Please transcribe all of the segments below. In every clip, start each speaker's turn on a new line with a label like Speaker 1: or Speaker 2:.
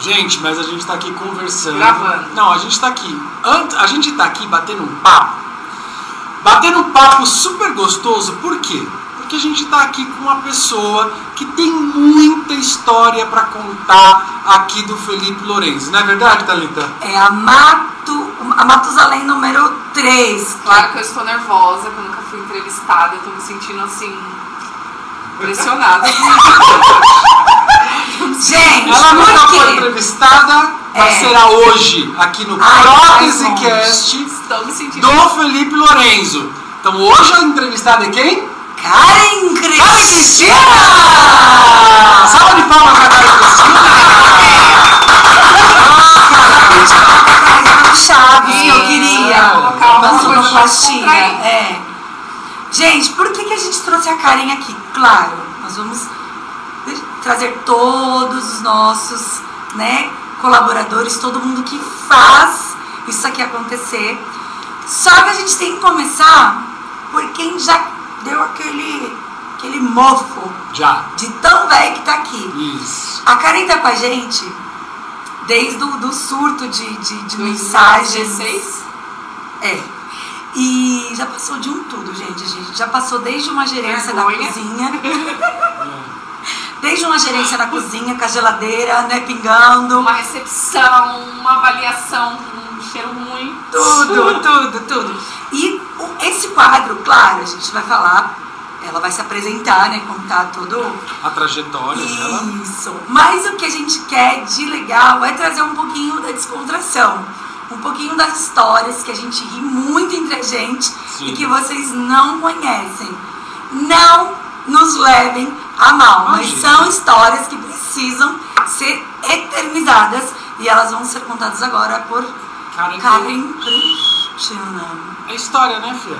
Speaker 1: Gente, mas a gente tá aqui conversando.
Speaker 2: Gravando.
Speaker 1: Não, a gente tá aqui. Ant- A gente tá aqui batendo um papo. Batendo um papo super gostoso, por quê? Porque a gente tá aqui com uma pessoa que tem muita história pra contar aqui do Felipe Lourenço. Não é verdade, Thalita?
Speaker 3: É a Mato, a Matusalém número 3.
Speaker 2: Claro que eu estou nervosa, que eu nunca fui entrevistada, eu tô me sentindo assim. pressionada.
Speaker 3: Gente,
Speaker 1: Ela nunca foi
Speaker 3: É, por quê?
Speaker 1: entrevistada, mas
Speaker 3: É.
Speaker 1: será hoje aqui no
Speaker 3: Ai,
Speaker 1: Prótese
Speaker 3: vai longe.
Speaker 1: Cast
Speaker 2: Estou me sentindo.
Speaker 1: do Felipe Lorenzo. Então hoje a entrevistada é quem?
Speaker 3: Karen
Speaker 1: Karen
Speaker 3: Cristina!
Speaker 1: Cristina! Salva de palmas pra Karen Cristina!
Speaker 3: Karen Chaves, que eu
Speaker 2: Ah,
Speaker 3: queria.
Speaker 2: colocar alguma
Speaker 3: Uma
Speaker 2: coisa mais
Speaker 3: sonoplastia.
Speaker 2: contraída.
Speaker 3: É. Gente, por que, que a gente trouxe a Karen aqui? Claro, nós vamos trazer todos os nossos né, colaboradores, todo mundo que faz isso aqui acontecer. Só que a gente tem que começar por quem já deu aquele, aquele mofo
Speaker 1: Já.
Speaker 3: de tão velho que tá aqui.
Speaker 1: Isso.
Speaker 3: A Karen tá com a gente desde o do surto de, de, de mensagens.
Speaker 2: 2016?
Speaker 3: É. E já passou de um tudo, gente. A gente já passou desde uma gerência da
Speaker 2: Vergonha.
Speaker 3: cozinha. Desde uma gerência da cozinha, com a geladeira, né, pingando.
Speaker 2: Uma recepção, uma avaliação, um cheiro ruim.
Speaker 3: Tudo, tudo, tudo. E o- esse quadro, claro, a gente vai falar, ela vai se apresentar, né? Contar todo
Speaker 1: A trajetória dela.
Speaker 3: Isso. Mas o que a gente quer de legal é trazer um pouquinho da descontração. Um pouquinho das histórias que a gente ri muito entre a gente
Speaker 1: Sim.
Speaker 3: e que vocês não conhecem. Não nos levem a mal, mas
Speaker 1: Imagina.
Speaker 3: são histórias que precisam ser eternizadas e elas vão ser contadas agora por
Speaker 1: Karen,
Speaker 3: Karen Cristina.
Speaker 1: É história, né, filha?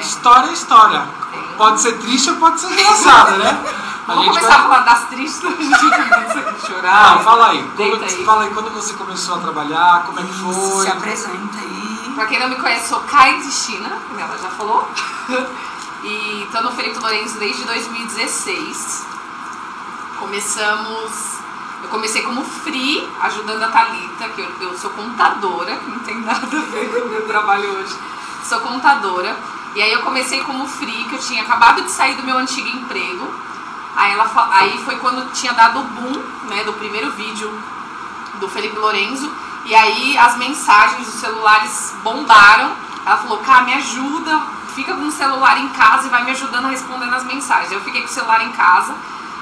Speaker 1: História é história.
Speaker 2: É.
Speaker 1: Pode ser triste ou pode ser engraçada, né? A
Speaker 2: Vamos
Speaker 1: gente
Speaker 2: começar a
Speaker 1: vai...
Speaker 2: falar das tristes, a gente chorar.
Speaker 1: Ah, fala aí.
Speaker 2: Deita
Speaker 1: Quando,
Speaker 2: aí.
Speaker 1: fala aí quando você começou a trabalhar, como é que
Speaker 3: Isso,
Speaker 1: foi?
Speaker 3: Se apresenta aí.
Speaker 2: Pra quem não me conhece, sou Karen Cristina, como ela já falou. E tô no Felipe Lourenço desde 2016. Começamos. Eu comecei como free, ajudando a Thalita, que eu, eu sou contadora, que não tem nada a ver com o meu trabalho hoje. Sou contadora. E aí eu comecei como free, que eu tinha acabado de sair do meu antigo emprego. Aí, ela, fa- aí foi quando tinha dado o boom, né, do primeiro vídeo do Felipe Lorenzo. E aí as mensagens dos celulares bombaram. Ela falou, cara, me ajuda, fica com o celular em casa e vai me ajudando a responder as mensagens. Eu fiquei com o celular em casa.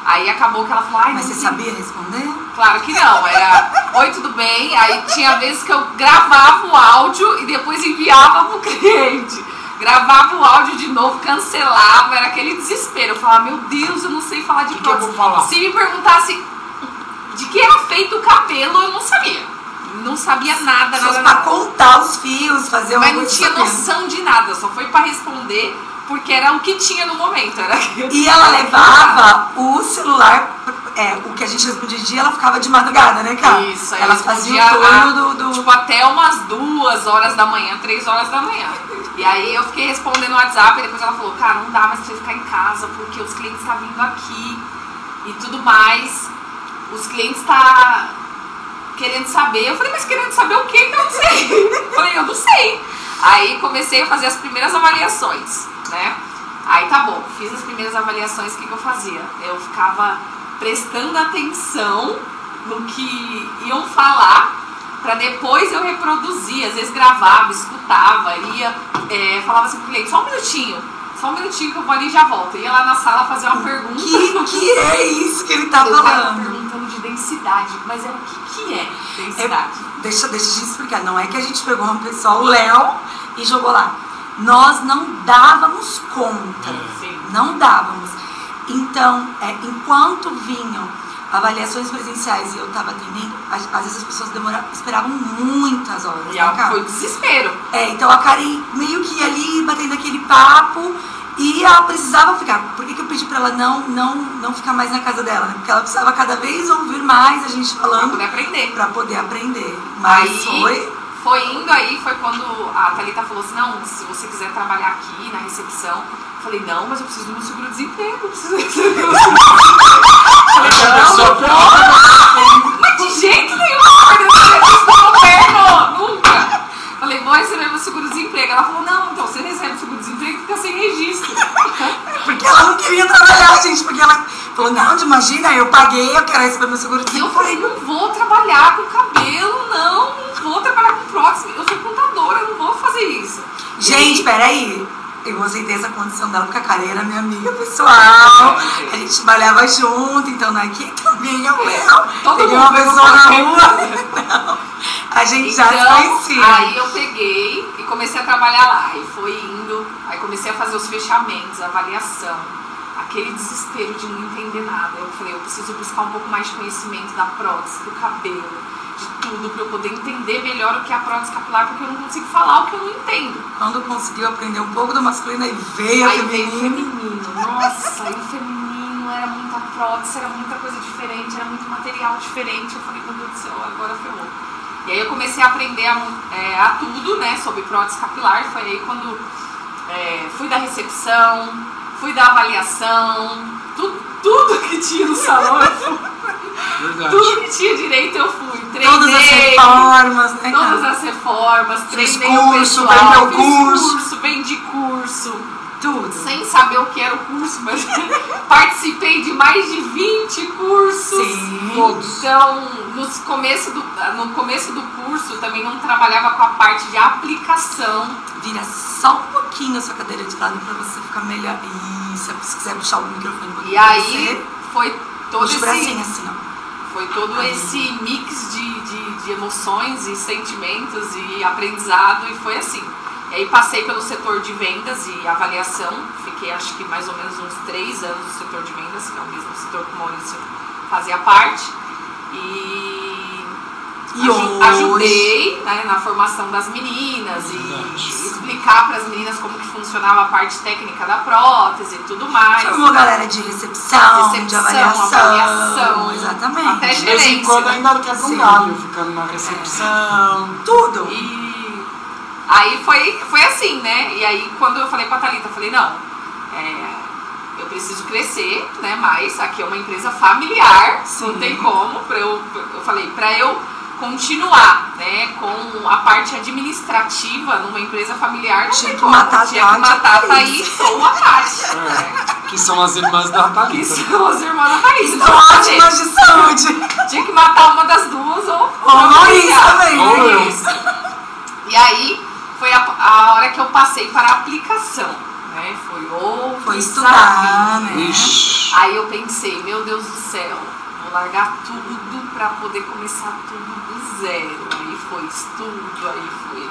Speaker 2: Aí acabou que ela falou, ai,
Speaker 3: Mas
Speaker 2: não
Speaker 3: você
Speaker 2: tem
Speaker 3: sabia responder?
Speaker 2: Claro que não, era oi, tudo bem. Aí tinha vezes que eu gravava o áudio e depois enviava pro cliente. Gravava o áudio de novo, cancelava, era aquele desespero. Eu falava, meu Deus, eu não sei falar de
Speaker 1: O que que eu
Speaker 2: prótese."
Speaker 1: vou falar?
Speaker 2: Se me perguntasse de que era feito o cabelo, eu não sabia. Não sabia nada,
Speaker 3: Só
Speaker 2: nada,
Speaker 3: pra
Speaker 2: nada.
Speaker 3: contar os fios, fazer uma
Speaker 2: Mas não tinha
Speaker 3: coisa.
Speaker 2: noção de nada, só foi pra responder porque era o que tinha no momento. Era aquilo.
Speaker 3: E ela levava o celular, é, o que a gente respondia de dia, ela ficava de madrugada, né, cara?
Speaker 2: Isso, aí
Speaker 3: Elas
Speaker 2: eu
Speaker 3: faziam
Speaker 2: podia
Speaker 3: o
Speaker 2: lá,
Speaker 3: turno do, do-
Speaker 2: Tipo, até umas duas horas da manhã, três horas da manhã. E aí eu fiquei respondendo no WhatsApp e depois ela falou, cara, não dá mais pra você ficar em casa porque os clientes estão vindo aqui e tudo mais. Os clientes tá querendo saber. Eu falei, mas querendo saber o quê que eu não sei? Eu falei, eu não sei. Aí comecei a fazer as primeiras avaliações, né? Aí tá bom, fiz as primeiras avaliações, o que, que eu fazia? Eu ficava prestando atenção no que iam falar para depois eu reproduzir, às vezes gravava, escutava, ia, é, falava assim pro cliente, só um minutinho, só um minutinho que eu vou ali e já volto. Ia lá na sala fazer uma pergunta.
Speaker 3: Que, que é isso que ele tá
Speaker 2: eu tava
Speaker 3: falando?
Speaker 2: perguntando de densidade, mas é o que, que é densidade?
Speaker 3: É, deixa, deixa eu te explicar. Não é que a gente pegou um pessoal, o Léo, e jogou lá. Nós não dávamos conta.
Speaker 2: Sim.
Speaker 3: Não dávamos. Então, é, enquanto vinham avaliações presenciais e eu estava atendendo, às, às vezes as pessoas demoravam, esperavam muitas horas.
Speaker 2: E
Speaker 3: né,
Speaker 2: aí
Speaker 3: cara?
Speaker 2: foi o desespero. né,
Speaker 3: É, então a Karen meio que ia ali batendo aquele papo e ela precisava ficar. Por que, que eu pedi pra ela não, não, não ficar mais na casa dela? né? Porque ela precisava cada vez ouvir mais a gente
Speaker 2: Pra
Speaker 3: falando
Speaker 2: poder aprender.
Speaker 3: pra poder aprender. Mas
Speaker 2: Aí-
Speaker 3: foi.
Speaker 2: Foi indo aí, foi quando a Thalita falou assim, não, se você quiser trabalhar aqui na recepção, eu falei, não, mas eu preciso do meu seguro-desemprego, eu preciso do meu seguro-desemprego.
Speaker 1: Essa pessoa, pelo amor de Deus,
Speaker 2: Mas de jeito então, tá
Speaker 3: imagina, eu paguei, eu quero receber meu seguro
Speaker 2: E eu falei, não vou trabalhar com cabelo, não, não vou trabalhar com próximo. Eu sou contadora, eu não vou fazer isso.
Speaker 3: Gente, peraí. Eu aceitei essa condição dela porque a Karen era minha amiga
Speaker 2: Ah,
Speaker 3: pessoal. A gente trabalhava junto, então daqui também é o meu.
Speaker 2: Todo mundo
Speaker 3: Peguei uma
Speaker 2: pegou
Speaker 3: pessoa na
Speaker 2: qualquer
Speaker 3: rua. Não. A gente já se conhecia.
Speaker 2: Então, aí eu peguei e comecei a trabalhar lá. E foi indo, aí comecei a fazer os fechamentos, a avaliação. Aquele desespero de não entender nada. Eu falei, eu preciso buscar um pouco mais de conhecimento da prótese, do cabelo, de tudo, para eu poder entender melhor o que é a prótese capilar, porque eu não consigo falar o que eu não entendo.
Speaker 3: Quando conseguiu aprender um pouco do masculino, aí veio a
Speaker 2: Aí veio o
Speaker 3: feminina.
Speaker 2: feminino. Nossa, aí o feminino era muita prótese, era muita coisa diferente, era muito material diferente. Eu falei, meu Deus do céu, agora ferrou. E aí eu comecei a aprender a, mu- é, a tudo, né, sobre prótese capilar. Foi aí quando é, fui da recepção, fui da avaliação, tu- tudo que tinha no salão, eu fui,
Speaker 1: Verdade.
Speaker 2: tudo que tinha direito eu fui. Treinei,
Speaker 3: Todas as reformas, né?
Speaker 2: todas
Speaker 3: cara?
Speaker 2: as reformas,
Speaker 3: Fiz
Speaker 2: treinei o
Speaker 3: curso,
Speaker 2: pessoal,
Speaker 3: vendi o
Speaker 2: fiz
Speaker 3: curso.
Speaker 2: curso, vendi curso
Speaker 3: Tudo.
Speaker 2: sem saber o que era o curso, mas participei de mais de 20 cursos.
Speaker 3: Sim.
Speaker 1: Todos.
Speaker 2: Então, no começo, do, no começo do curso, também não trabalhava com a parte de aplicação.
Speaker 3: Vira só um pouquinho a sua cadeira de lado pra você ficar melhor. Isso, se quiser puxar o microfone um pouquinho
Speaker 2: E
Speaker 3: pra
Speaker 2: aí
Speaker 3: você,
Speaker 2: foi todo
Speaker 3: puxa o
Speaker 2: esse,
Speaker 3: bracinho assim, ó.
Speaker 2: foi todo esse mix de, de, de emoções e sentimentos e aprendizado, e foi assim. E aí passei pelo setor de vendas e avaliação, fiquei acho que mais ou menos uns três anos no setor de vendas, que é o mesmo setor que o Maurício fazia parte. E
Speaker 3: E
Speaker 2: Aju-
Speaker 3: hoje-
Speaker 2: ajudei né, na formação das meninas
Speaker 1: Verdade.
Speaker 2: e explicar para as meninas como que funcionava a parte técnica da prótese e tudo mais.
Speaker 3: Formou galera de recepção, de
Speaker 2: Recepção,
Speaker 3: avaliação.
Speaker 2: avaliação.
Speaker 3: Exatamente.
Speaker 2: Até
Speaker 1: De vez em
Speaker 2: gerência.
Speaker 1: quando ainda quebra
Speaker 3: Sim.
Speaker 1: um galho, ficando na recepção.
Speaker 3: Tudo.
Speaker 2: E aí foi, foi assim, né? E aí quando eu falei pra Thalita, eu falei, não, é, eu preciso crescer, né? Mas aqui é uma empresa familiar,
Speaker 3: Sim.
Speaker 2: não tem como, pra eu, eu falei, pra eu continuar, né, com a parte administrativa numa empresa familiar, não
Speaker 3: Tinha
Speaker 2: tem
Speaker 3: que
Speaker 2: como.
Speaker 3: matar a
Speaker 2: Tinha que
Speaker 3: Tati,
Speaker 2: matar a
Speaker 3: é isso.
Speaker 2: Thaís ou a Tati. né?
Speaker 1: É, que são as irmãs da
Speaker 2: Que
Speaker 1: Thalita. né?
Speaker 2: são as irmãs da Thaís.
Speaker 3: Estão
Speaker 2: Então, gente,
Speaker 3: ótimas de saúde.
Speaker 2: tinha que matar uma das duas ou
Speaker 3: Ô, Maurício também.
Speaker 1: Ô,
Speaker 3: né?
Speaker 1: eu.
Speaker 2: É isso. E aí foi a, a hora que eu passei para a aplicação, né? Foi outro
Speaker 3: Foi estudar,
Speaker 2: desafio.
Speaker 3: né?
Speaker 1: Ixi.
Speaker 2: Aí eu pensei, meu Deus do céu, vou largar tudo para poder começar tudo do zero. Aí foi estudo, aí foi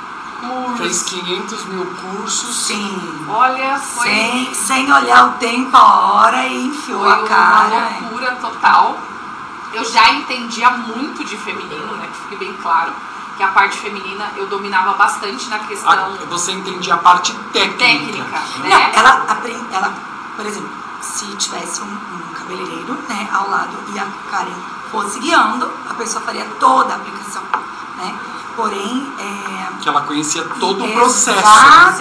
Speaker 1: Fez
Speaker 2: curso.
Speaker 1: 500 mil cursos.
Speaker 3: Sim.
Speaker 2: Olha, foi,
Speaker 3: Sem, sem olhar o tempo, a hora e enfiou
Speaker 2: foi
Speaker 3: a cara.
Speaker 2: uma
Speaker 3: né?
Speaker 2: loucura total. Eu já entendia muito de feminino, né? Que fique bem claro. Que a parte feminina eu dominava bastante na questão.
Speaker 1: A- você entende a parte Ah, técnica.
Speaker 2: Técnica,
Speaker 1: né?
Speaker 2: né?
Speaker 3: Ela aprende. Ela, por exemplo, se tivesse um, um cabeleireiro né, ao lado e a Karen fosse guiando, a pessoa faria toda a aplicação. Né? Porém, é,
Speaker 1: Que ela conhecia todo o
Speaker 3: Exatamente.
Speaker 1: processo.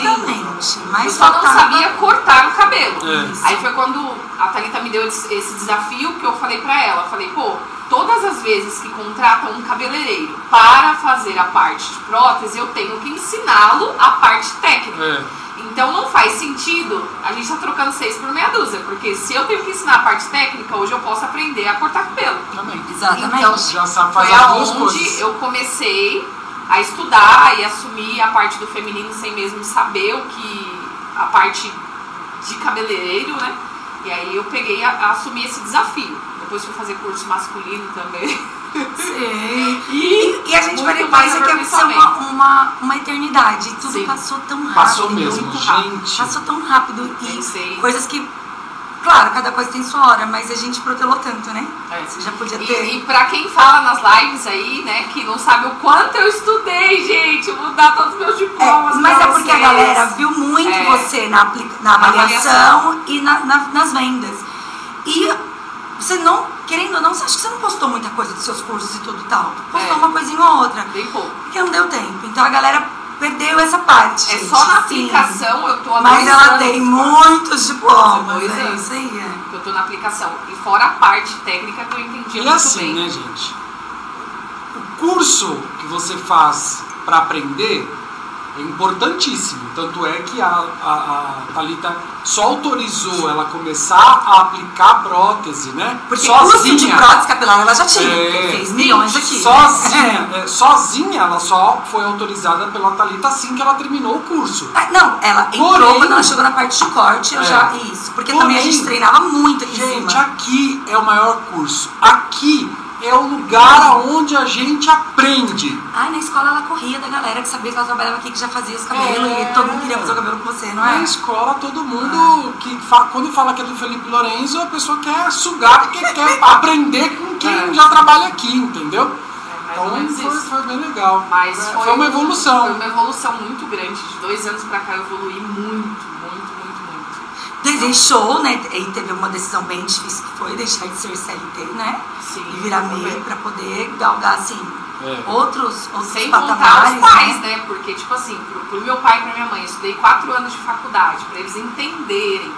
Speaker 3: Exatamente. Mas
Speaker 2: Eu só não
Speaker 3: faltava-
Speaker 2: sabia cortar o cabelo.
Speaker 1: É.
Speaker 2: Aí foi quando a Thalita me deu esse esse desafio que eu falei pra ela. Eu Falei, pô, todas as vezes que contratam um cabeleireiro para fazer a parte de prótese, eu tenho que ensiná-lo a parte técnica.
Speaker 1: É,
Speaker 2: Então não faz sentido a gente tá trocando seis por meia dúzia, porque se eu tenho que ensinar a parte técnica, hoje eu posso aprender a cortar cabelo.
Speaker 1: também.
Speaker 3: Exatamente.
Speaker 2: Então,
Speaker 1: Já sabe
Speaker 2: Foi
Speaker 1: fazer as duas
Speaker 2: aonde
Speaker 1: coisas.
Speaker 2: eu comecei a estudar e assumir a parte do feminino sem mesmo saber o que a parte de cabeleireiro, né? E aí eu peguei a, a assumir esse desafio. Depois fui fazer curso masculino também.
Speaker 3: Sim.
Speaker 2: E
Speaker 3: E, e a gente
Speaker 2: Muito
Speaker 3: vai depois
Speaker 2: mais
Speaker 3: que aconteceu uma,
Speaker 2: aperfeiçoamento.
Speaker 3: uma, uma eternidade. E tudo
Speaker 2: Sim.
Speaker 3: passou tão rápido.
Speaker 1: Passou mesmo,
Speaker 2: muito rápido.
Speaker 1: gente.
Speaker 3: Passou tão rápido. E
Speaker 2: Pensei.
Speaker 3: coisas que. Claro, cada coisa tem sua hora, mas a gente protelou tanto, né? Você já podia ter.
Speaker 2: É. E, e pra quem fala nas lives aí, né, que não sabe o quanto eu estudei, gente, eu vou dar todos os meus
Speaker 3: É,
Speaker 2: diplomas.
Speaker 3: mas
Speaker 2: pra
Speaker 3: é porque a
Speaker 2: vocês.
Speaker 3: galera viu muito
Speaker 2: É.
Speaker 3: você na, apli- na
Speaker 2: Na
Speaker 3: avaliação, e na- na- nas vendas. E você não, querendo ou não, você acha que você não postou muita coisa dos seus cursos e tudo e tal. Postou
Speaker 2: É.
Speaker 3: uma coisinha ou outra.
Speaker 2: Bem pouco.
Speaker 3: Porque não deu tempo. Então a galera perdeu essa parte.
Speaker 2: É
Speaker 3: gente.
Speaker 2: só na
Speaker 3: Sim.
Speaker 2: aplicação, eu tô há
Speaker 3: Mas
Speaker 2: dois
Speaker 3: ela
Speaker 2: anos
Speaker 3: tem muitos diplomas.
Speaker 2: Dois
Speaker 3: É
Speaker 2: anos.
Speaker 3: isso aí. é.
Speaker 2: que eu tô na aplicação. E fora a parte técnica que eu entendi
Speaker 1: E
Speaker 2: muito
Speaker 1: assim,
Speaker 2: bem.
Speaker 1: né, gente? O curso que você faz para aprender é importantíssimo. Tanto é que a, a, a Thalita só autorizou ela começar a aplicar prótese, né?
Speaker 3: Porque curso de
Speaker 1: sozinha.
Speaker 3: prótese capilar ela já tinha.
Speaker 1: É.
Speaker 3: Fez milhões aqui.
Speaker 2: né?
Speaker 1: Sozinha, é, sozinha, ela só foi autorizada pela Thalita assim que ela terminou o curso.
Speaker 3: Ah, Não, ela entrou
Speaker 1: Porém-
Speaker 3: quando ela chegou na parte de corte, eu
Speaker 1: É.
Speaker 3: já. Isso. Porque também a
Speaker 1: Porém-
Speaker 3: gente treinava muito aqui em
Speaker 1: Gente,
Speaker 3: cima.
Speaker 1: aqui é o maior curso. Aqui é o lugar onde a gente aprende.
Speaker 3: Ai, na escola ela corria da galera que sabia que ela trabalhava aqui, que já fazia os cabelos
Speaker 1: É.
Speaker 3: e todo mundo queria fazer o cabelo com você, não é?
Speaker 1: Na escola, todo mundo que fa- quando fala que é do Felipe Lourenço, a pessoa quer sugar porque quer aprender com quem
Speaker 2: É.
Speaker 1: já trabalha aqui, entendeu?
Speaker 2: É mais ou
Speaker 1: Então
Speaker 2: menos
Speaker 1: foi,
Speaker 2: isso.
Speaker 1: foi bem legal.
Speaker 2: Mas
Speaker 1: É,
Speaker 2: foi,
Speaker 1: uma evolução.
Speaker 2: Foi uma evolução muito grande. De dois anos pra cá eu evolui muito, muito, muito, muito.
Speaker 3: Deixou, né? E teve uma decisão bem difícil que foi deixar de ser CLT, né?
Speaker 2: Sim.
Speaker 3: E virar
Speaker 2: também.
Speaker 3: meio pra poder galgar, assim,
Speaker 1: É.
Speaker 3: outros, outros
Speaker 2: Sem contar
Speaker 3: patamares.
Speaker 2: os pais,
Speaker 3: né?
Speaker 2: né? Porque, tipo assim, pro, pro meu pai e pra minha mãe, eu estudei quatro anos de faculdade, pra eles entenderem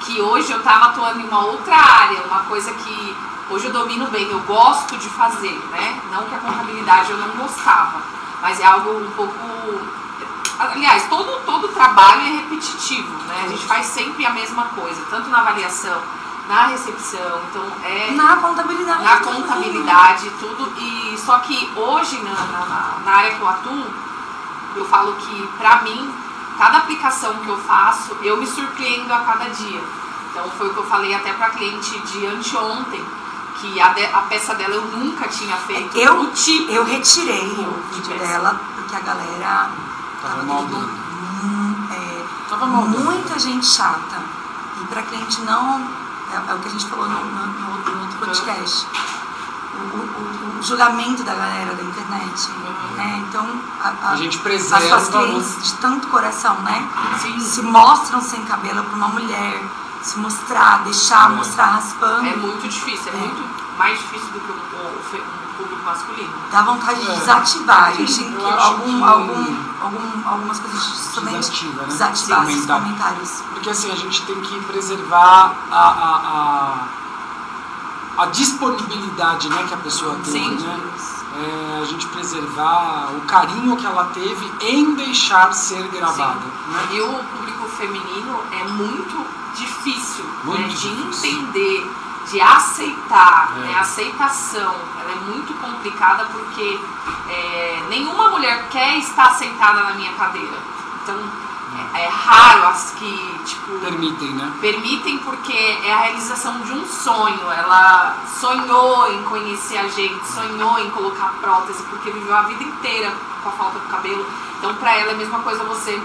Speaker 2: que hoje eu tava atuando em uma outra área, uma coisa que hoje eu domino bem, eu gosto de fazer, né? Não que a contabilidade eu não gostava, mas é algo um pouco. Aliás, todo, todo trabalho é repetitivo, né? A gente faz sempre a mesma coisa, tanto na avaliação, na recepção, então é
Speaker 3: né? Na contabilidade.
Speaker 2: na
Speaker 3: também.
Speaker 2: contabilidade tudo e só que hoje na, na- na- na área que eu atuo eu falo que pra mim cada aplicação que eu faço eu me surpreendo a cada dia então foi o que eu falei até pra cliente de anteontem que a, de- a peça dela eu nunca tinha feito
Speaker 3: Eu-
Speaker 2: o tipo
Speaker 3: Eu retirei o
Speaker 2: Pô, que
Speaker 3: vídeo
Speaker 2: péssimo.
Speaker 3: dela, porque a galera
Speaker 1: Tava
Speaker 2: Ah,
Speaker 3: tava
Speaker 1: maldando.
Speaker 3: todo
Speaker 2: tá.
Speaker 3: hum, é,
Speaker 1: Tava maldando.
Speaker 3: muita gente chata. E para cliente não. É, é o que a gente falou no, no- no outro, no outro podcast. O, o- o- o julgamento da galera da internet. né? Então, a, a-
Speaker 1: A gente
Speaker 3: as
Speaker 1: preserva.
Speaker 3: suas clientes de tanto coração, né?
Speaker 2: Sim.
Speaker 3: Se mostram sem cabelo para uma mulher. Se mostrar, deixar,
Speaker 1: É.
Speaker 3: mostrar raspando.
Speaker 2: é muito difícil é
Speaker 3: É.
Speaker 2: muito mais difícil do que um, um fe- um público masculino
Speaker 3: Dá vontade de
Speaker 1: É.
Speaker 3: desativar. A gente tem
Speaker 1: Eu
Speaker 3: que
Speaker 1: acho
Speaker 3: algum,
Speaker 1: que-
Speaker 3: algum, algum, algumas coisas a gente também
Speaker 1: Desativa, né?
Speaker 3: desativar esses
Speaker 1: Comentar.
Speaker 3: comentários.
Speaker 1: Porque assim, a gente tem que preservar a, a, a, a disponibilidade né, que a pessoa tem,
Speaker 2: Sim.
Speaker 1: né? É, a gente preservar o carinho que ela teve em deixar ser gravada. né?
Speaker 2: E o público feminino é muito difícil
Speaker 1: Muito
Speaker 2: né, de
Speaker 1: difícil.
Speaker 2: entender, de aceitar.
Speaker 1: É.
Speaker 2: né, a aceitação ela é muito complicada porque é, nenhuma mulher quer estar sentada na minha cadeira. Então é, é raro as que tipo,
Speaker 1: Permitem, né?
Speaker 2: permitem porque é a realização de um sonho. Ela sonhou em conhecer a gente, sonhou em colocar prótese porque viveu a vida inteira com a falta do cabelo. Então pra ela é a mesma coisa você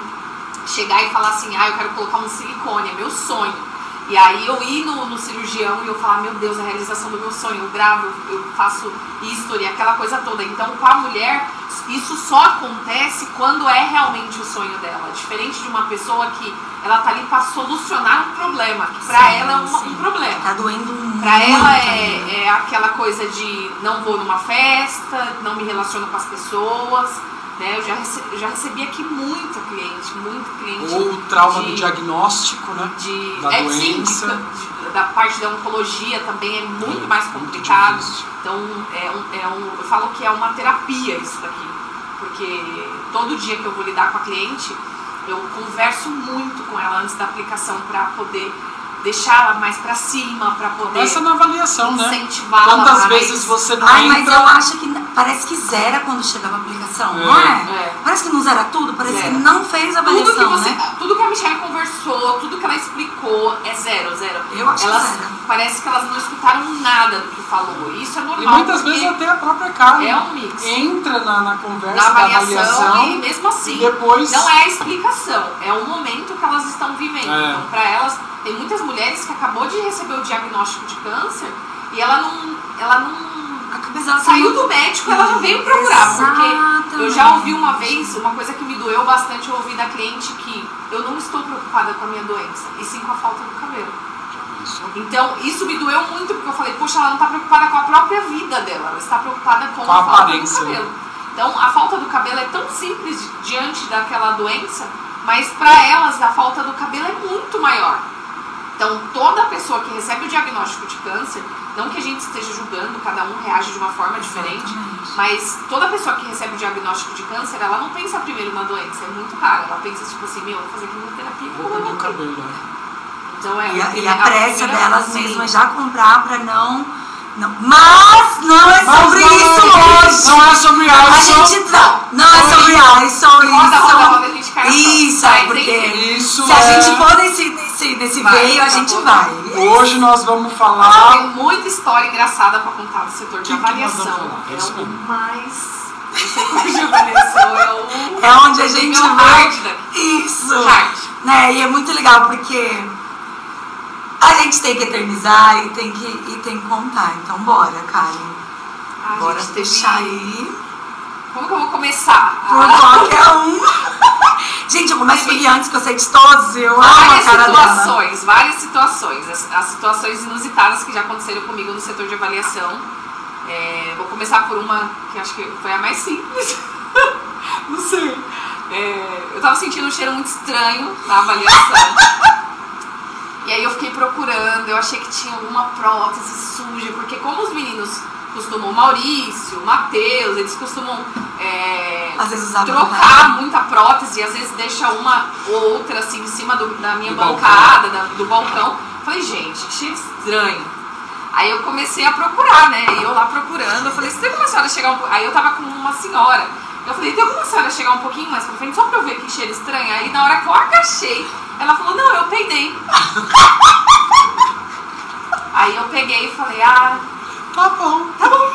Speaker 2: chegar e falar assim, ah, eu quero colocar um silicone, é meu sonho. E aí eu ir no, no cirurgião e eu falar, meu Deus, é a realização do meu sonho, eu gravo, eu, eu faço history, aquela coisa toda. Então, com a mulher, isso só acontece quando é realmente o sonho dela. Diferente de uma pessoa que ela tá ali pra solucionar um problema, que pra
Speaker 3: Sim,
Speaker 2: ela é uma-
Speaker 3: sim.
Speaker 2: um problema.
Speaker 3: Tá doendo muito.
Speaker 2: Pra ela
Speaker 3: ainda.
Speaker 2: é, é aquela coisa de não vou numa festa, não me relaciono com as pessoas, né? Eu já, rece- eu já recebi aqui muita cliente, muito cliente.
Speaker 1: Ou o trauma do
Speaker 2: de-
Speaker 1: diagnóstico, né?
Speaker 2: de,
Speaker 1: Da
Speaker 2: é, sim, de-
Speaker 1: doença.
Speaker 2: de- da parte da oncologia também é muito
Speaker 1: É,
Speaker 2: mais
Speaker 1: muito
Speaker 2: complicado.
Speaker 1: difícil.
Speaker 2: então, é um, é um, eu falo que é uma terapia isso daqui. Porque todo dia que eu vou lidar com a cliente, eu converso muito com ela antes da aplicação para poder deixar ela mais para cima, para poder
Speaker 1: Essa na avaliação, né?
Speaker 2: incentivá-la
Speaker 1: Quantas
Speaker 2: mais.
Speaker 3: né?
Speaker 2: é
Speaker 1: vezes você não
Speaker 3: Ai, mas
Speaker 1: entra.
Speaker 3: eu acho que parece que zera quando chegava a aplicação,
Speaker 1: É.
Speaker 3: não é?
Speaker 2: É.
Speaker 3: Parece que não zera tudo, parece
Speaker 2: Zera.
Speaker 3: que não fez a
Speaker 2: Tudo que,
Speaker 3: avaliação,
Speaker 2: você,
Speaker 3: né?
Speaker 2: tudo que a Michelle conversou, tudo que ela explicou é zero, zero.
Speaker 3: Eu acho que
Speaker 2: elas,
Speaker 3: zero.
Speaker 2: Parece que elas não escutaram nada do que falou. Isso é normal.
Speaker 1: E muitas
Speaker 2: porque
Speaker 1: vezes até a própria Carla
Speaker 2: é um mix.
Speaker 1: entra na, na conversa,
Speaker 2: Na avaliação,
Speaker 1: da
Speaker 2: e
Speaker 1: é avaliação
Speaker 2: mesmo assim,
Speaker 1: e depois.
Speaker 2: não é a explicação, é o momento que elas estão vivendo.
Speaker 1: É.
Speaker 2: Então, para elas, tem muitas mulheres que acabou de receber o diagnóstico de câncer e ela não, ela não
Speaker 3: A cabeça dela
Speaker 2: saiu do médico, ela já veio procurar, porque Eu já ouvi uma vez, uma coisa que me doeu bastante, eu ouvi da cliente que eu não estou preocupada com a minha doença, e sim com a falta do cabelo. Então, isso me doeu muito, porque eu falei, poxa, ela não está preocupada com a própria vida dela, ela está preocupada com,
Speaker 1: Com a
Speaker 2: a falta do
Speaker 1: aparência.
Speaker 2: cabelo. Então, a falta do cabelo é tão simples di- diante daquela doença, mas para elas a falta do cabelo é muito maior. Então, toda pessoa que recebe o diagnóstico de câncer, Não que a gente esteja julgando, cada um reage de uma forma diferente,
Speaker 3: Exatamente.
Speaker 2: mas toda pessoa que recebe um diagnóstico de câncer, ela não pensa primeiro na doença, é muito raro. Ela pensa tipo assim, meu, vou fazer quimioterapia,
Speaker 1: Vou
Speaker 2: vou
Speaker 1: perder o
Speaker 2: levantar.
Speaker 1: cabelo. né?
Speaker 2: Então é
Speaker 3: E a,
Speaker 2: é assim.
Speaker 3: e a pressa
Speaker 2: primeira-
Speaker 3: delas
Speaker 2: sim.
Speaker 3: mesmas já comprar pra não, não. Mas não é
Speaker 1: Mas
Speaker 3: sobre
Speaker 1: não,
Speaker 3: isso hoje.
Speaker 1: Não é sobre
Speaker 3: A
Speaker 1: Alisson.
Speaker 3: gente não. Não é sobre Alisson.
Speaker 2: Roda,
Speaker 3: isso-
Speaker 2: roda, roda, a gente cai no chão.
Speaker 3: Isso,
Speaker 2: Mas,
Speaker 3: é porque.
Speaker 2: enfim.
Speaker 1: Isso
Speaker 3: Se a
Speaker 1: é-
Speaker 3: gente for nesse, nesse, nesse
Speaker 2: Vai,
Speaker 3: veio, a
Speaker 2: tá
Speaker 3: gente
Speaker 2: bom.
Speaker 3: vai.
Speaker 1: Hoje nós vamos
Speaker 3: tá
Speaker 2: Eu
Speaker 1: falar.
Speaker 2: tenho muita história engraçada pra contar do setor de
Speaker 1: Que que nós vamos
Speaker 2: avaliação.
Speaker 1: falar? É
Speaker 2: É
Speaker 1: isso
Speaker 2: o
Speaker 1: mesmo.
Speaker 2: mais. O setor de avaliação é o.
Speaker 3: É onde a gente
Speaker 2: nível
Speaker 3: vai.
Speaker 2: hard daqui.
Speaker 3: Isso.
Speaker 2: Hard.
Speaker 3: Né? E é muito legal porque a gente tem que eternizar e tem que, e tem que contar. Então bora, Karen.
Speaker 2: A
Speaker 3: Bora
Speaker 2: gente
Speaker 3: deixar
Speaker 2: teve-
Speaker 3: aí.
Speaker 2: Como que eu vou começar?
Speaker 3: Por
Speaker 2: Ah,
Speaker 3: qualquer um. Gente, eu começo por antes que eu sei de todos. Eu amo a
Speaker 2: Várias
Speaker 3: cara dela.
Speaker 2: situações, várias situações. As, as situações inusitadas que já aconteceram comigo no setor de avaliação. É, vou começar por uma que acho que foi a mais simples. Não sei. É, eu tava sentindo um cheiro muito estranho na avaliação. E aí eu fiquei procurando, eu achei que tinha alguma prótese suja, porque como os meninos costumam, Maurício, Matheus, eles costumam é,
Speaker 3: Às vezes usava
Speaker 2: trocar muita prótese, às vezes deixa uma ou outra assim em cima do- da minha
Speaker 1: Do
Speaker 2: bancada, da- do balcão. Falei, gente, que cheiro estranho. Aí eu comecei a procurar, né? E eu lá procurando, eu falei, se tem alguma senhora chegar um pouco. Aí eu tava com uma senhora. Eu falei, tem alguma senhora chegar um pouquinho mais pra frente, só pra eu ver que cheiro estranho. Aí na hora que eu agachei, ela falou, não, eu peidei. Aí eu peguei e falei, ah,
Speaker 1: Tá bom. Tá bom.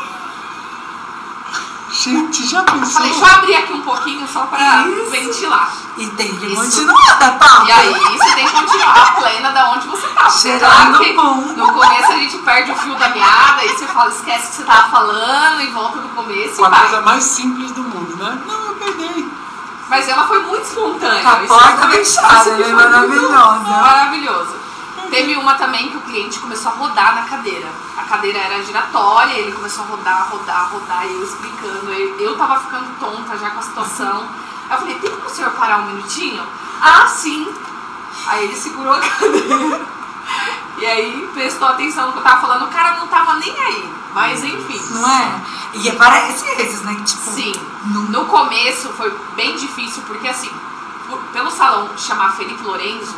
Speaker 1: Gente, já pensou?
Speaker 2: falei, deixa eu abrir aqui um pouquinho só pra
Speaker 3: Isso.
Speaker 2: ventilar.
Speaker 3: E tem que
Speaker 2: Isso.
Speaker 3: continuar, tá? papo.
Speaker 2: E aí você tem que continuar plena da onde você tá. Porque
Speaker 3: Cheirando
Speaker 2: claro que
Speaker 3: bom.
Speaker 2: No começo a gente perde o fio da meada, e você fala, esquece o que você tava falando e volta do começo
Speaker 1: Com
Speaker 2: e
Speaker 1: a
Speaker 2: vai.
Speaker 1: coisa mais simples do mundo, né? Não, eu perdi.
Speaker 2: Mas ela foi muito espontânea.
Speaker 3: Com a
Speaker 2: Isso
Speaker 3: Tá
Speaker 2: é
Speaker 3: porta
Speaker 2: foi-
Speaker 3: fechada,
Speaker 2: isso
Speaker 3: né?
Speaker 2: foi
Speaker 3: Maravilhosa.
Speaker 2: muito Maravilhoso.
Speaker 3: Uhum.
Speaker 2: Teve uma também que o cliente começou a rodar na cadeira. A cadeira era giratória, ele começou a rodar, rodar, rodar, e eu explicando. Eu, eu tava ficando tonta já com a situação. Aí eu falei, tem como o senhor parar um minutinho? Ah, sim. Aí ele segurou a cadeira. E aí prestou atenção no que eu tava falando. O cara não tava nem aí. Mas enfim.
Speaker 3: Não é? E aparece esses, né? que, Tipo,
Speaker 2: Sim.
Speaker 3: não
Speaker 2: No começo foi bem difícil, porque assim, por- pelo salão chamar Felipe Lorenzo,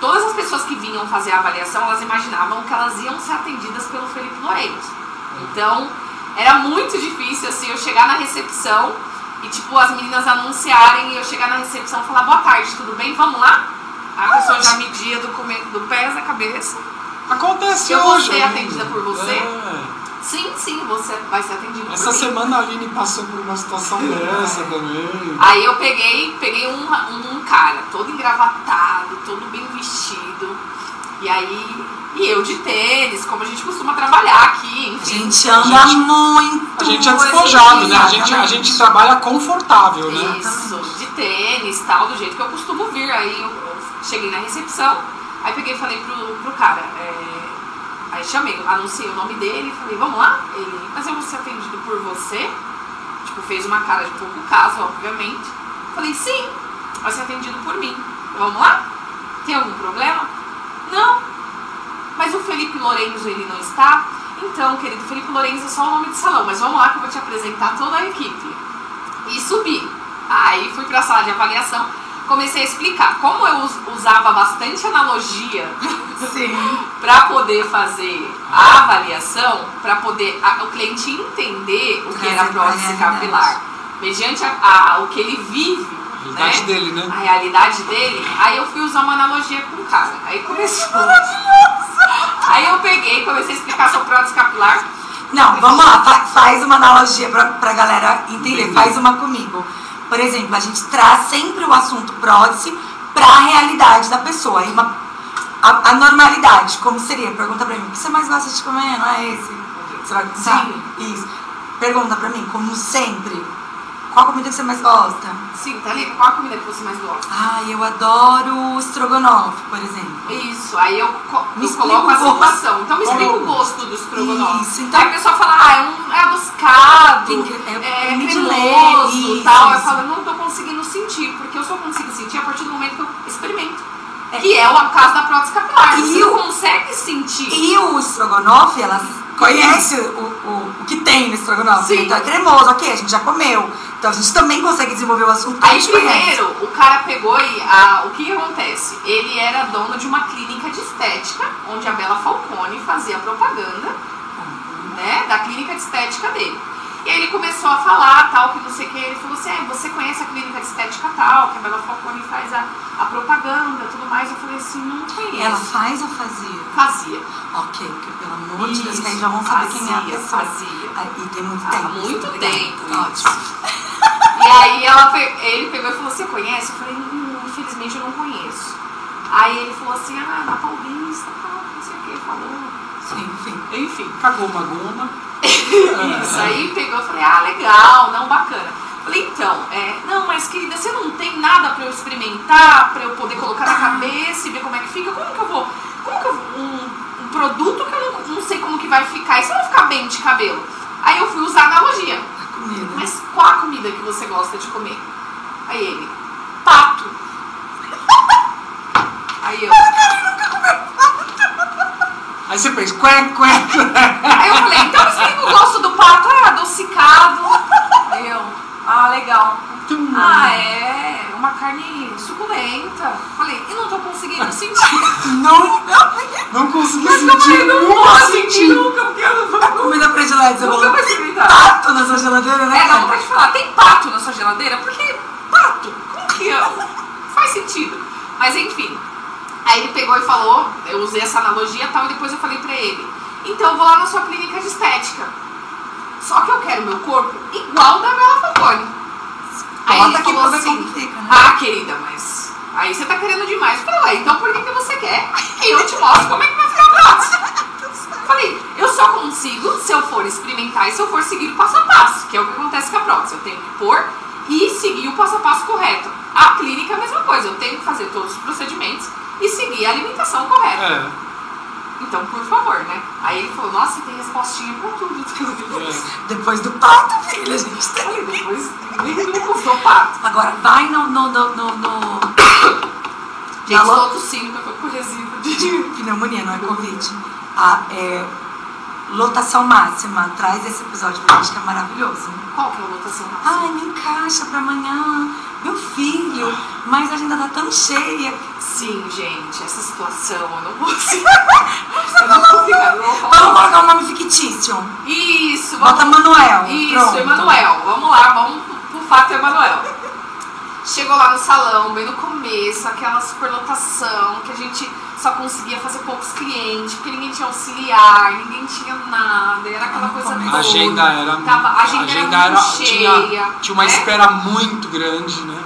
Speaker 2: todas as pessoas que vinham fazer a avaliação, elas imaginavam que elas iam ser atendidas pelo Felipe Lorenzo. Então, era muito difícil, assim, eu chegar na recepção e, tipo, as meninas anunciarem e eu chegar na recepção e falar, boa tarde, tudo bem? Vamos lá? A pessoa já media do, come... do pé à cabeça.
Speaker 1: Acontece
Speaker 2: Eu vou
Speaker 1: hoje.
Speaker 2: ser
Speaker 1: né?
Speaker 2: atendida por você?
Speaker 1: É.
Speaker 2: Sim, sim, você vai ser atendido
Speaker 1: Essa
Speaker 2: por mim.
Speaker 1: semana a Aline passou por uma situação dessa também.
Speaker 2: Aí eu peguei, peguei um, um cara, todo engravatado, todo bem vestido. E aí, e eu de tênis, como a gente costuma trabalhar aqui,
Speaker 3: A
Speaker 2: enfim.
Speaker 3: gente anda
Speaker 1: A gente-
Speaker 3: muito.
Speaker 1: A gente é
Speaker 3: assim,
Speaker 1: despojado, né? A gente, a
Speaker 3: exatamente.
Speaker 1: gente trabalha confortável, né?
Speaker 2: Isso, de tênis, tal, do jeito que eu costumo vir. Aí eu, eu cheguei na recepção, aí peguei e falei pro, pro cara, é, aí chamei, anunciei o nome dele, falei, vamos lá? Ele, mas eu vou ser atendido por você? Tipo, fez uma cara de pouco caso, obviamente. Falei, sim, vai ser atendido por mim. Vamos lá? Tem algum problema? Não. Mas o Felipe Lorenzo, ele não está? Então, querido, Felipe Lorenzo é só o nome de salão, mas vamos lá que eu vou te apresentar toda a equipe. E subi. Aí fui pra sala de avaliação, comecei a explicar. Como eu us- usava bastante analogia
Speaker 3: Sim.
Speaker 2: para poder fazer a avaliação, para poder a- o cliente entender o que era a
Speaker 3: Trazer pra
Speaker 2: prótese
Speaker 3: realidade.
Speaker 2: capilar, mediante a, a- o que ele vive,
Speaker 1: A
Speaker 2: né?
Speaker 1: realidade dele, né?
Speaker 2: a realidade dele, aí eu fui usar uma analogia com o cara. Aí começou. Aí eu peguei, comecei a explicar sobre prótese capilar.
Speaker 3: Não, vamos lá, fa- faz uma analogia pra, pra galera entender.
Speaker 1: Entendi.
Speaker 3: Faz uma comigo. Por exemplo, a gente traz sempre o assunto prótese pra realidade da pessoa. Aí uma, a, a normalidade, como seria? Pergunta pra mim, o que você mais gosta de comer? Não é esse? Você vai gostar?
Speaker 2: Sim.
Speaker 3: Isso. Pergunta pra mim, como sempre, qual comida que você mais gosta?
Speaker 2: Sim, Thalita, qual a comida que você mais gosta?
Speaker 3: Ai, eu adoro estrogonofe, por exemplo.
Speaker 2: Isso, aí eu, co-
Speaker 3: Me
Speaker 2: eu
Speaker 3: explica
Speaker 2: coloco a
Speaker 3: o gosto.
Speaker 2: situação. Então me explica
Speaker 1: Como?
Speaker 2: o gosto do estrogonofe.
Speaker 3: Isso, então-
Speaker 2: Aí a pessoa fala, ah, é, um, é abuscado,
Speaker 3: Tem cre- é
Speaker 2: é,
Speaker 3: creme de
Speaker 2: cremoso
Speaker 3: leite,
Speaker 2: e tal. é
Speaker 3: isso,
Speaker 2: Eu
Speaker 3: isso.
Speaker 2: falo, não tô conseguindo sentir, porque eu só consigo sentir a partir do momento que eu experimento.
Speaker 3: É.
Speaker 2: Que é o caso da prótese capilar.
Speaker 3: E
Speaker 2: Você
Speaker 3: o-
Speaker 2: não consegue sentir.
Speaker 3: E o estrogonofe, ela conhece o, o, o que tem no estrogonofe.
Speaker 2: Sim.
Speaker 3: Então é cremoso, ok, a gente já comeu. Então a gente também consegue desenvolver o assunto porque a
Speaker 2: Aí
Speaker 3: gente conhece.
Speaker 2: primeiro, o cara pegou e ah, o que que acontece? Ele era dono de uma clínica de estética, onde a Bela Falcone fazia propaganda, né, da clínica de estética dele. E aí ele começou a falar tal, que não sei o que, ele falou assim, "É, você conhece a clínica de estética tal, que a Bela Falcone faz a, a propaganda tudo mais. Eu falei assim, não conheço.
Speaker 3: Ela faz ou fazia?
Speaker 2: fazia.
Speaker 3: Ok, porque pelo amor de Deus, que aí
Speaker 2: Isso,
Speaker 3: já vão saber quem é a
Speaker 2: fazia,
Speaker 3: pessoa.
Speaker 2: fazia.
Speaker 3: Ah, E tem muito
Speaker 2: Há
Speaker 3: tempo. tá
Speaker 2: muito
Speaker 3: obrigada.
Speaker 2: tempo, ótimo. E aí ela, pe- ele pegou e falou, você conhece? Eu falei, "Hum, infelizmente eu não conheço. Aí ele falou assim, ah, na Paulista, tal, não sei o que, falou.
Speaker 3: Sim, enfim.
Speaker 2: Enfim,
Speaker 1: Cagou uma goma. É.
Speaker 2: isso aí pegou, eu falei, ah, legal, não, bacana. Falei, então, é, não, mas querida, você não tem nada pra eu experimentar, pra eu poder colocar na cabeça e ver como é que fica? Como que eu vou, como que eu, um, um produto que eu não, não sei como que vai ficar, e se eu não ficar bem de cabelo? Aí eu fui usar a analogia.
Speaker 3: Tá comida.
Speaker 2: Mas qual a comida que você gosta de comer? Aí ele, pato. Aí eu,
Speaker 1: Aí você pensa, quack, quack.
Speaker 2: aí eu falei, então explica o gosto do pato, é adocicado. Aí eu, ah, legal.
Speaker 1: Tum.
Speaker 2: Ah, é uma carne suculenta. Falei, e não tô conseguindo sentir.
Speaker 1: Não, não consegui
Speaker 2: Ai,
Speaker 1: sentir.
Speaker 2: não
Speaker 1: nunca
Speaker 2: vou sentir
Speaker 1: senti.
Speaker 2: nunca, porque eu não vou.
Speaker 3: A comida predileta, você
Speaker 2: Nunca
Speaker 3: falou.
Speaker 2: vai
Speaker 3: Tem
Speaker 2: experimentar.
Speaker 3: pato na sua geladeira, né?
Speaker 2: É, dá
Speaker 3: cara?
Speaker 2: vontade de falar, tem pato na sua geladeira? Porque pato, como que é? Faz sentido. Mas enfim, aí ele pegou e falou, eu usei essa analogia e tal, e depois eu falei pra ele, então eu vou lá na sua clínica de estética. Só que eu quero meu corpo igual o da Bela Falcone. Aí
Speaker 3: Bota
Speaker 2: ele
Speaker 3: aqui
Speaker 2: falou
Speaker 3: pra ver como
Speaker 2: assim,
Speaker 3: fica, né?
Speaker 2: ah, querida, mas aí você tá querendo demais. Eu falei, ué, então por que, que você quer? E eu te mostro como é que vai ficar o próximo. Falei, eu só consigo se eu for experimentar e se eu for seguir o passo a passo, que é o que acontece com a prótese. Eu tenho que pôr e seguir o passo a passo correto. A clínica é a mesma coisa, eu tenho que fazer todos os procedimentos e seguir a alimentação correta.
Speaker 1: É,
Speaker 2: Então, por favor, né? Aí ele falou, nossa, tem respostinha pra tudo.
Speaker 1: é.
Speaker 3: Depois do pato, filha, a gente tem.
Speaker 2: Aí depois, nem do custou pato.
Speaker 3: Agora, vai no, no, no, no, no-
Speaker 2: Gente,
Speaker 3: Alô?
Speaker 2: estou tossindo porque eu tô com resíduo de...
Speaker 3: pneumonia, não é Covid. A é, lotação máxima. Traz esse episódio pra gente que é maravilhoso.
Speaker 2: Qual que é a lotação máxima?
Speaker 3: Ai, me encaixa pra amanhã. Meu filho, mas a agenda tá tão cheia.
Speaker 2: Sim, gente, essa situação eu não consigo. eu não consigo, eu não vou
Speaker 3: Vamos
Speaker 2: falar.
Speaker 3: colocar um nome fictício.
Speaker 2: Isso,
Speaker 3: Bota
Speaker 2: vamos.
Speaker 3: Manuel.
Speaker 2: Isso,
Speaker 3: Pronto.
Speaker 2: Emanuel. Vamos lá, vamos pro fato Emanuel. Chegou lá no salão, bem no começo, aquela superlotação que a gente só conseguia fazer poucos clientes, porque ninguém tinha auxiliar, ninguém tinha nada, era aquela
Speaker 3: No
Speaker 2: coisa
Speaker 3: começo.
Speaker 1: A
Speaker 2: toda.
Speaker 1: agenda era,
Speaker 2: Tava- a agenda era muito
Speaker 1: tinha-
Speaker 2: cheia,
Speaker 1: Tinha uma
Speaker 2: né?
Speaker 1: espera muito grande, né?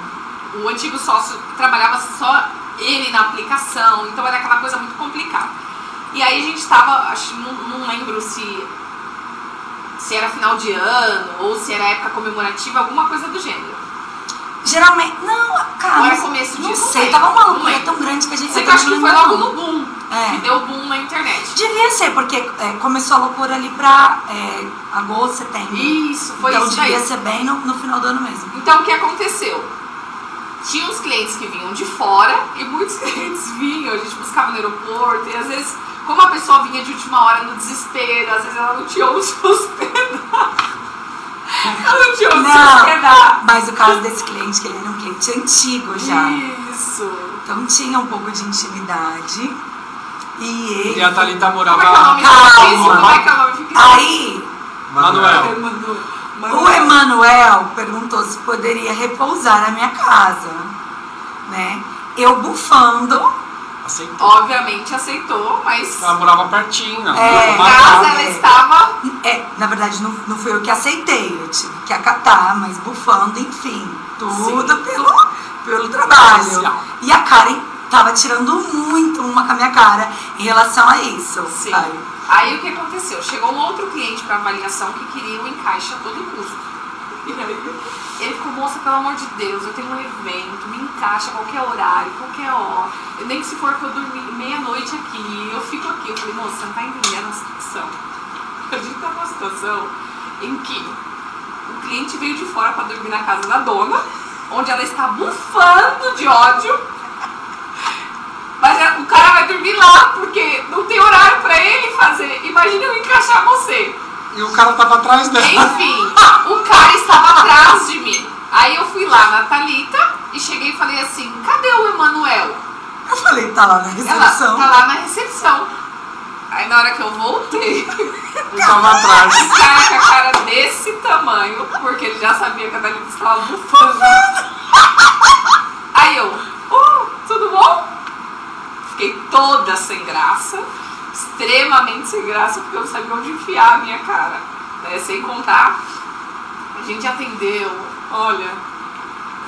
Speaker 2: O antigo sócio trabalhava só ele na aplicação, então era aquela coisa muito complicada. E aí a gente tava, acho, não, não lembro se, se era final de ano ou se era época comemorativa, alguma coisa do gênero.
Speaker 3: Geralmente. Não, cara.
Speaker 2: Ou era começo de
Speaker 3: Ah, não
Speaker 2: ano,
Speaker 3: sei,
Speaker 2: não
Speaker 3: tava uma
Speaker 2: lembro, não
Speaker 3: loucura
Speaker 2: lembro.
Speaker 3: tão grande que a gente
Speaker 2: Você
Speaker 3: eu
Speaker 2: acha que
Speaker 3: não
Speaker 2: foi
Speaker 3: lembro,
Speaker 2: logo
Speaker 3: não.
Speaker 2: no boom, que
Speaker 3: É.
Speaker 2: deu boom na internet.
Speaker 3: Devia ser, porque é, começou a loucura ali pra é, agosto, setembro.
Speaker 2: Isso, foi
Speaker 3: então
Speaker 2: isso
Speaker 3: devia
Speaker 2: daí.
Speaker 3: ser bem no, no final do ano mesmo.
Speaker 2: Então o que aconteceu? Tinha uns clientes que vinham de fora e muitos clientes vinham, a gente buscava no aeroporto e às vezes, como a pessoa vinha de última hora no desespero, às vezes ela não tinha onde se hospedar. Ela não tinha onde se
Speaker 3: Não.
Speaker 2: hospedar.
Speaker 3: Mas o caso desse cliente, que ele era um cliente antigo já.
Speaker 2: Isso.
Speaker 3: Então tinha um pouco de intimidade. E
Speaker 1: E
Speaker 3: ele.
Speaker 1: a Thalita
Speaker 2: Como é que é o nome
Speaker 1: morava.
Speaker 3: Calma.
Speaker 2: fictício? Como é que é o nome fictício?
Speaker 3: Aí
Speaker 1: Manuel.
Speaker 2: Emanuel.
Speaker 3: o Emanuel perguntou se poderia repousar na minha casa. Né? Eu bufando.
Speaker 1: Aceitou.
Speaker 2: Obviamente aceitou, mas
Speaker 1: Ela morava pertinho. ela
Speaker 3: É,
Speaker 1: morava
Speaker 2: na casa
Speaker 1: lá.
Speaker 2: ela estava
Speaker 3: É, na verdade, não, não fui eu que aceitei, eu tive que acatar, mas bufando, enfim, tudo
Speaker 2: Sim.
Speaker 3: pelo, pelo
Speaker 2: é
Speaker 3: trabalho.
Speaker 1: Comercial.
Speaker 3: E a Karen tava tirando muito uma com a minha cara em relação a isso.
Speaker 2: Sim.
Speaker 3: sabe?
Speaker 2: Aí o que aconteceu? Chegou um outro cliente para avaliação que queria o encaixe a todo custo. E aí ele ficou, moça, pelo amor de Deus, eu tenho um evento, me encaixa a qualquer horário, qualquer hora. Eu nem se for que eu dormir meia-noite aqui, eu fico aqui. Eu falei, moça, você não tá entendendo a situação. A gente tá numa situação em que o cliente veio de fora para dormir na casa da dona, onde ela está bufando de ódio. Mas é, o cara vai dormir lá, porque Não tem horário pra ele fazer. Imagina eu encaixar você.
Speaker 1: E o cara tava atrás dela.
Speaker 2: Enfim, o cara estava atrás de mim. Aí eu fui lá na Thalita e cheguei e falei assim: cadê o Emanuel?
Speaker 3: Eu falei, tá lá
Speaker 2: Ela
Speaker 3: na recepção.
Speaker 2: tá lá na recepção. Aí na hora que eu voltei,
Speaker 1: Eu tava atrás.
Speaker 2: esse cara Tá com a cara desse tamanho, porque ele já sabia que a Thalita estava bufando. Aí eu, oh, tudo bom? Fiquei toda sem graça, extremamente sem graça, porque eu não sabia onde enfiar a minha cara. né? Sem contar, a gente atendeu, olha,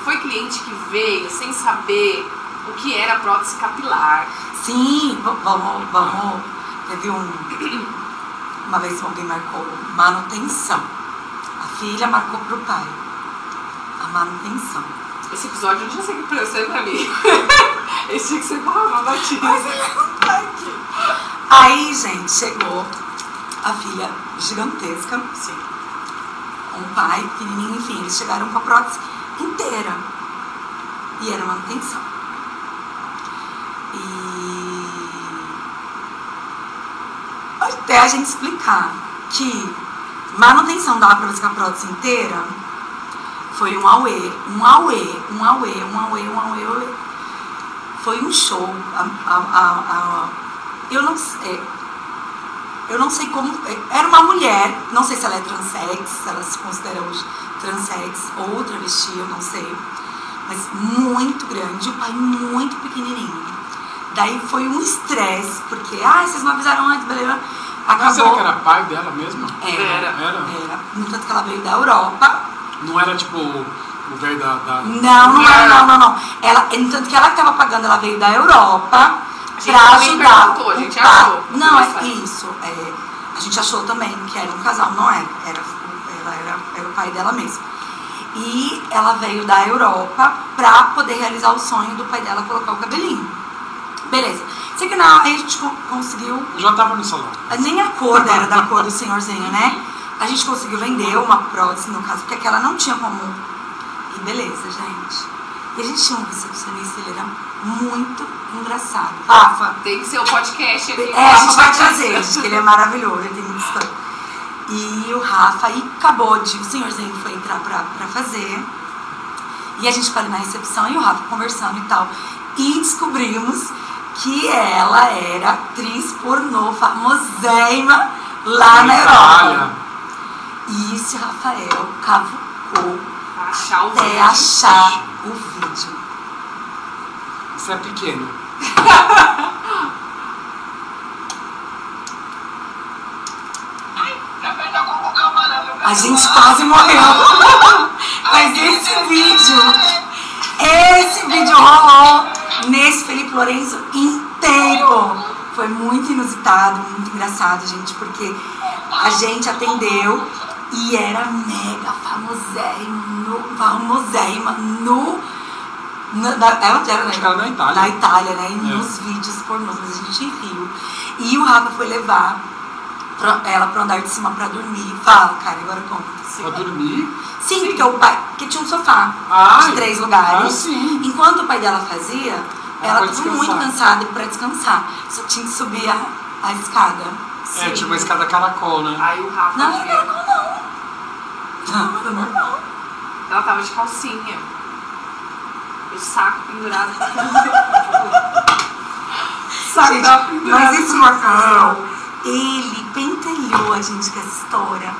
Speaker 2: foi cliente que veio sem saber o que era prótese capilar.
Speaker 3: Sim, v- vamos, vamos. Teve um. Uma vez alguém marcou manutenção. A filha marcou pro pai. A manutenção.
Speaker 2: Esse episódio eu já sei que pareceu pra mim. Esse tinha que ser barra batida.
Speaker 3: Aí, gente, chegou a filha gigantesca,
Speaker 2: Sim.
Speaker 3: com o pai, pequenininho, enfim, eles chegaram com a prótese inteira. E era manutenção. E. Até a gente explicar que manutenção dava pra você com a prótese inteira foi um auê, um auê, um auê, um auê, um auê, um auê. Foi um show. A- a- a- a- eu não sei. Eu não sei como. é, Era uma mulher, não sei se ela é transex, se ela se considera hoje transex ou travesti, eu não sei. Mas muito grande, o pai muito pequenininho. Daí foi um estresse, porque, ah, vocês não avisaram antes, beleza?
Speaker 1: Ah, será que
Speaker 3: Acabou. É.
Speaker 1: era pai dela mesmo?
Speaker 2: Era.
Speaker 1: Era?
Speaker 3: Era. No tanto que ela veio da Europa.
Speaker 1: Não era tipo o o velho da. da-
Speaker 3: Não, não,
Speaker 2: Não.
Speaker 3: não, não, não, não. Ela, no tanto que ela estava pagando, ela veio da Europa
Speaker 2: gente
Speaker 3: pra
Speaker 2: também
Speaker 3: ajudar.
Speaker 2: perguntou, a gente
Speaker 3: o pai.
Speaker 2: achou.
Speaker 3: Não,
Speaker 2: Isso
Speaker 3: é
Speaker 2: aí.
Speaker 3: isso. é, a gente achou também que era um casal, não era. Era, o- ela era, era o pai dela mesmo. E ela veio da Europa pra poder realizar o sonho do pai dela colocar o cabelinho. Beleza. Sei que na, aí a gente co- conseguiu
Speaker 1: Eu já tava no salão.
Speaker 3: É nem a cor era da cor do senhorzinho, né? A gente conseguiu vender uma prótese, no caso, porque aquela não tinha como. E beleza, gente. E a gente tinha um recepcionista, ele era muito engraçado. Rafa,
Speaker 2: Tem que ser o podcast aqui.
Speaker 3: é, a gente vai trazer, gente, que ele é maravilhoso, ele tem muita história. E o Rafa, e acabou de. O senhorzinho foi entrar pra, pra fazer. E a gente foi ali na recepção e o Rafa conversando e tal. E descobrimos que ela era atriz pornô famosérrima
Speaker 2: Ah,
Speaker 3: lá na Europa.
Speaker 1: Itália.
Speaker 3: E esse Rafael cavucou
Speaker 2: Pra achar o
Speaker 3: até
Speaker 2: vídeo.
Speaker 3: achar o vídeo.
Speaker 1: Você é pequeno.
Speaker 3: A gente quase morreu. Mas esse vídeo, esse vídeo rolou nesse Felipe Lourenço inteiro. Foi muito inusitado, muito engraçado, gente, porque a gente atendeu e era mega famosérrimo, famosérrima no. na- na- é onde era, né?
Speaker 1: Acho que era na Itália.
Speaker 3: Na Itália, né? E
Speaker 1: É.
Speaker 3: nos vídeos pornôs, mas a gente riu. E o Rafa foi levar pra- ela pro andar de cima pra dormir. Fala, cara, agora conta.
Speaker 1: Pra dormir.
Speaker 3: Sim, porque o pai. Porque tinha um sofá
Speaker 1: Ah,
Speaker 3: de três
Speaker 1: Ah,
Speaker 3: lugares.
Speaker 1: sim.
Speaker 3: Enquanto o pai dela fazia,
Speaker 1: pra
Speaker 3: ela estava
Speaker 1: descansar.
Speaker 3: muito cansada para descansar. Só tinha que subir a, a escada.
Speaker 1: É, tipo uma escada caracol, né?
Speaker 2: Aí o Rafa
Speaker 3: Não, não
Speaker 2: veio.
Speaker 3: era normal, não. Não, era normal.
Speaker 2: Ela tava de calcinha. O saco pendurado. saco
Speaker 3: Gente,
Speaker 2: tava pendurado.
Speaker 3: mas é esse
Speaker 2: no
Speaker 3: Rafael,
Speaker 2: saco.
Speaker 3: ele pentelhou a gente com essa história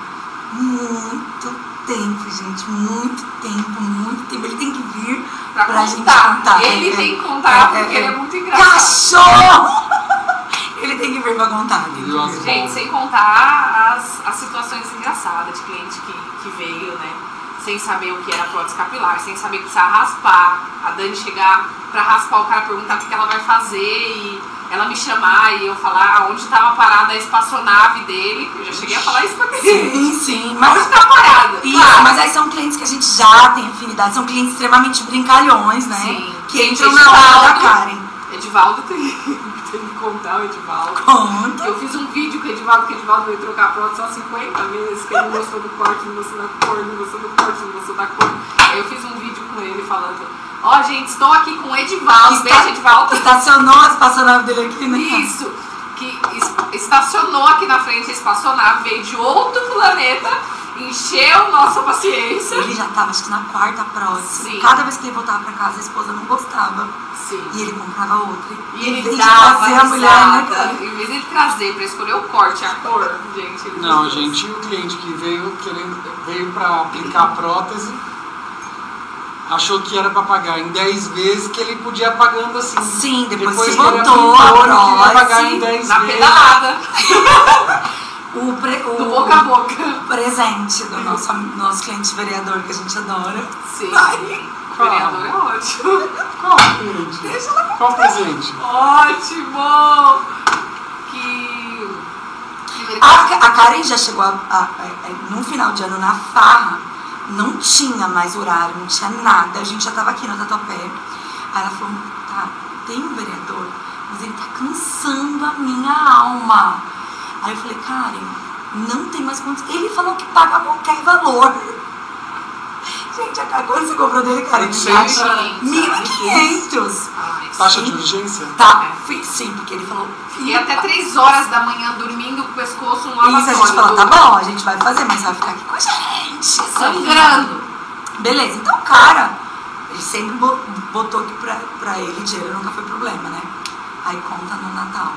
Speaker 3: muito tempo, gente. Muito tempo, muito tempo. Ele tem que vir
Speaker 2: Pra
Speaker 3: pra,
Speaker 2: contar.
Speaker 3: gente contar.
Speaker 2: Ele
Speaker 3: É,
Speaker 2: tem que
Speaker 3: é,
Speaker 2: contar
Speaker 3: é,
Speaker 2: porque
Speaker 3: é,
Speaker 2: ele é muito engraçado.
Speaker 3: Cachorro! Ele tem que vir pra contar. gente.
Speaker 1: Nossa.
Speaker 2: Gente, sem contar as, as situações engraçadas de cliente que, que veio, né? Sem saber o que era prótese capilar, sem saber que precisava raspar. A Dani chegar pra raspar, o cara perguntar o que que ela vai fazer e ela me chamar e eu falar aonde tava parada a espaçonave dele. Eu já cheguei a falar isso pra ele.
Speaker 3: Sim, sim.
Speaker 2: Onde
Speaker 3: Mas,
Speaker 2: tá parada?
Speaker 3: isso,
Speaker 2: Claro.
Speaker 3: mas aí são clientes que a gente já tem afinidade. São clientes extremamente brincalhões, né?
Speaker 2: Sim.
Speaker 3: Que
Speaker 2: Gente,
Speaker 3: entram na hora da
Speaker 2: Edivaldo.
Speaker 3: Karen.
Speaker 2: Edivaldo tem, tem que contar o Edivaldo.
Speaker 3: Conta.
Speaker 2: Eu fiz um vídeo com o Edivaldo, que o Edivaldo veio trocar a prótese só 50 vezes, que ele não gostou do corte, não gostou da cor, não gostou do corte, não gostou da cor. Aí eu fiz um vídeo com ele falando, ó gente, estou aqui com o Edivaldo,
Speaker 3: Está-
Speaker 2: beijo Edivaldo.
Speaker 3: Estacionou as espaçonave dele aqui, né?
Speaker 2: Isso. que es- estacionou aqui na frente a espaçonave, veio de outro planeta, encheu nossa paciência.
Speaker 3: Ele já tava, acho que na quarta prova.
Speaker 2: Sim.
Speaker 3: Cada vez que ele voltava pra casa, a esposa não gostava.
Speaker 2: Sim.
Speaker 3: E ele comprava outra.
Speaker 2: E
Speaker 3: em
Speaker 2: ele
Speaker 3: vez de
Speaker 2: dava
Speaker 3: fazer a mulher, né,
Speaker 2: risada.
Speaker 3: cara?
Speaker 2: Em vez de ele trazer pra escolher o corte, a cor, gente. ele
Speaker 1: Não,
Speaker 2: fez.
Speaker 1: gente, e o cliente que veio querendo, veio para aplicar a prótese achou que era para pagar em 10 vezes que ele podia pagando assim.
Speaker 3: Sim, depois, se
Speaker 1: que ele
Speaker 3: voltou
Speaker 1: aplicou,
Speaker 3: a
Speaker 1: ele queria pagar em
Speaker 3: prova.
Speaker 1: 10
Speaker 2: Na
Speaker 1: vezes.
Speaker 2: pedalada,
Speaker 3: O, pre-
Speaker 2: do
Speaker 3: o
Speaker 2: boca a boca.
Speaker 3: presente do nosso, nosso cliente vereador que a gente adora.
Speaker 2: Sim. O
Speaker 1: Qual?
Speaker 2: vereador é ótimo.
Speaker 1: Qual cliente?
Speaker 3: Deixa ela
Speaker 1: Qual presente?
Speaker 2: Ótimo! Que. que
Speaker 3: A, a Karen já chegou a, a, a- a- no final de ano na farra, não tinha mais horário, não tinha nada. A gente já tava aqui no Tatuapé. Aí ela falou, tá, tem um vereador, mas ele tá cansando a minha alma. Aí eu falei, Karen, não tem mais condições. Ele falou que paga qualquer valor. Gente, a Karen, quanto você cobrou dele, Karen?
Speaker 1: Sim.
Speaker 3: Taxa
Speaker 2: 1.500.
Speaker 3: 1.500.
Speaker 2: Ai,
Speaker 1: Taxa de urgência?
Speaker 3: Tá, fui- sim, porque ele falou.
Speaker 2: E até 3 horas da manhã dormindo com o pescoço no lavatório.
Speaker 3: Isso a gente falou,
Speaker 2: do-
Speaker 3: tá bom, a gente vai fazer, mas vai ficar aqui com a gente. sangrando.
Speaker 2: Sangrando.
Speaker 3: Beleza, então o cara, ele sempre bo- botou que pra, pra ele dinheiro nunca foi problema, né? Aí conta no Natal.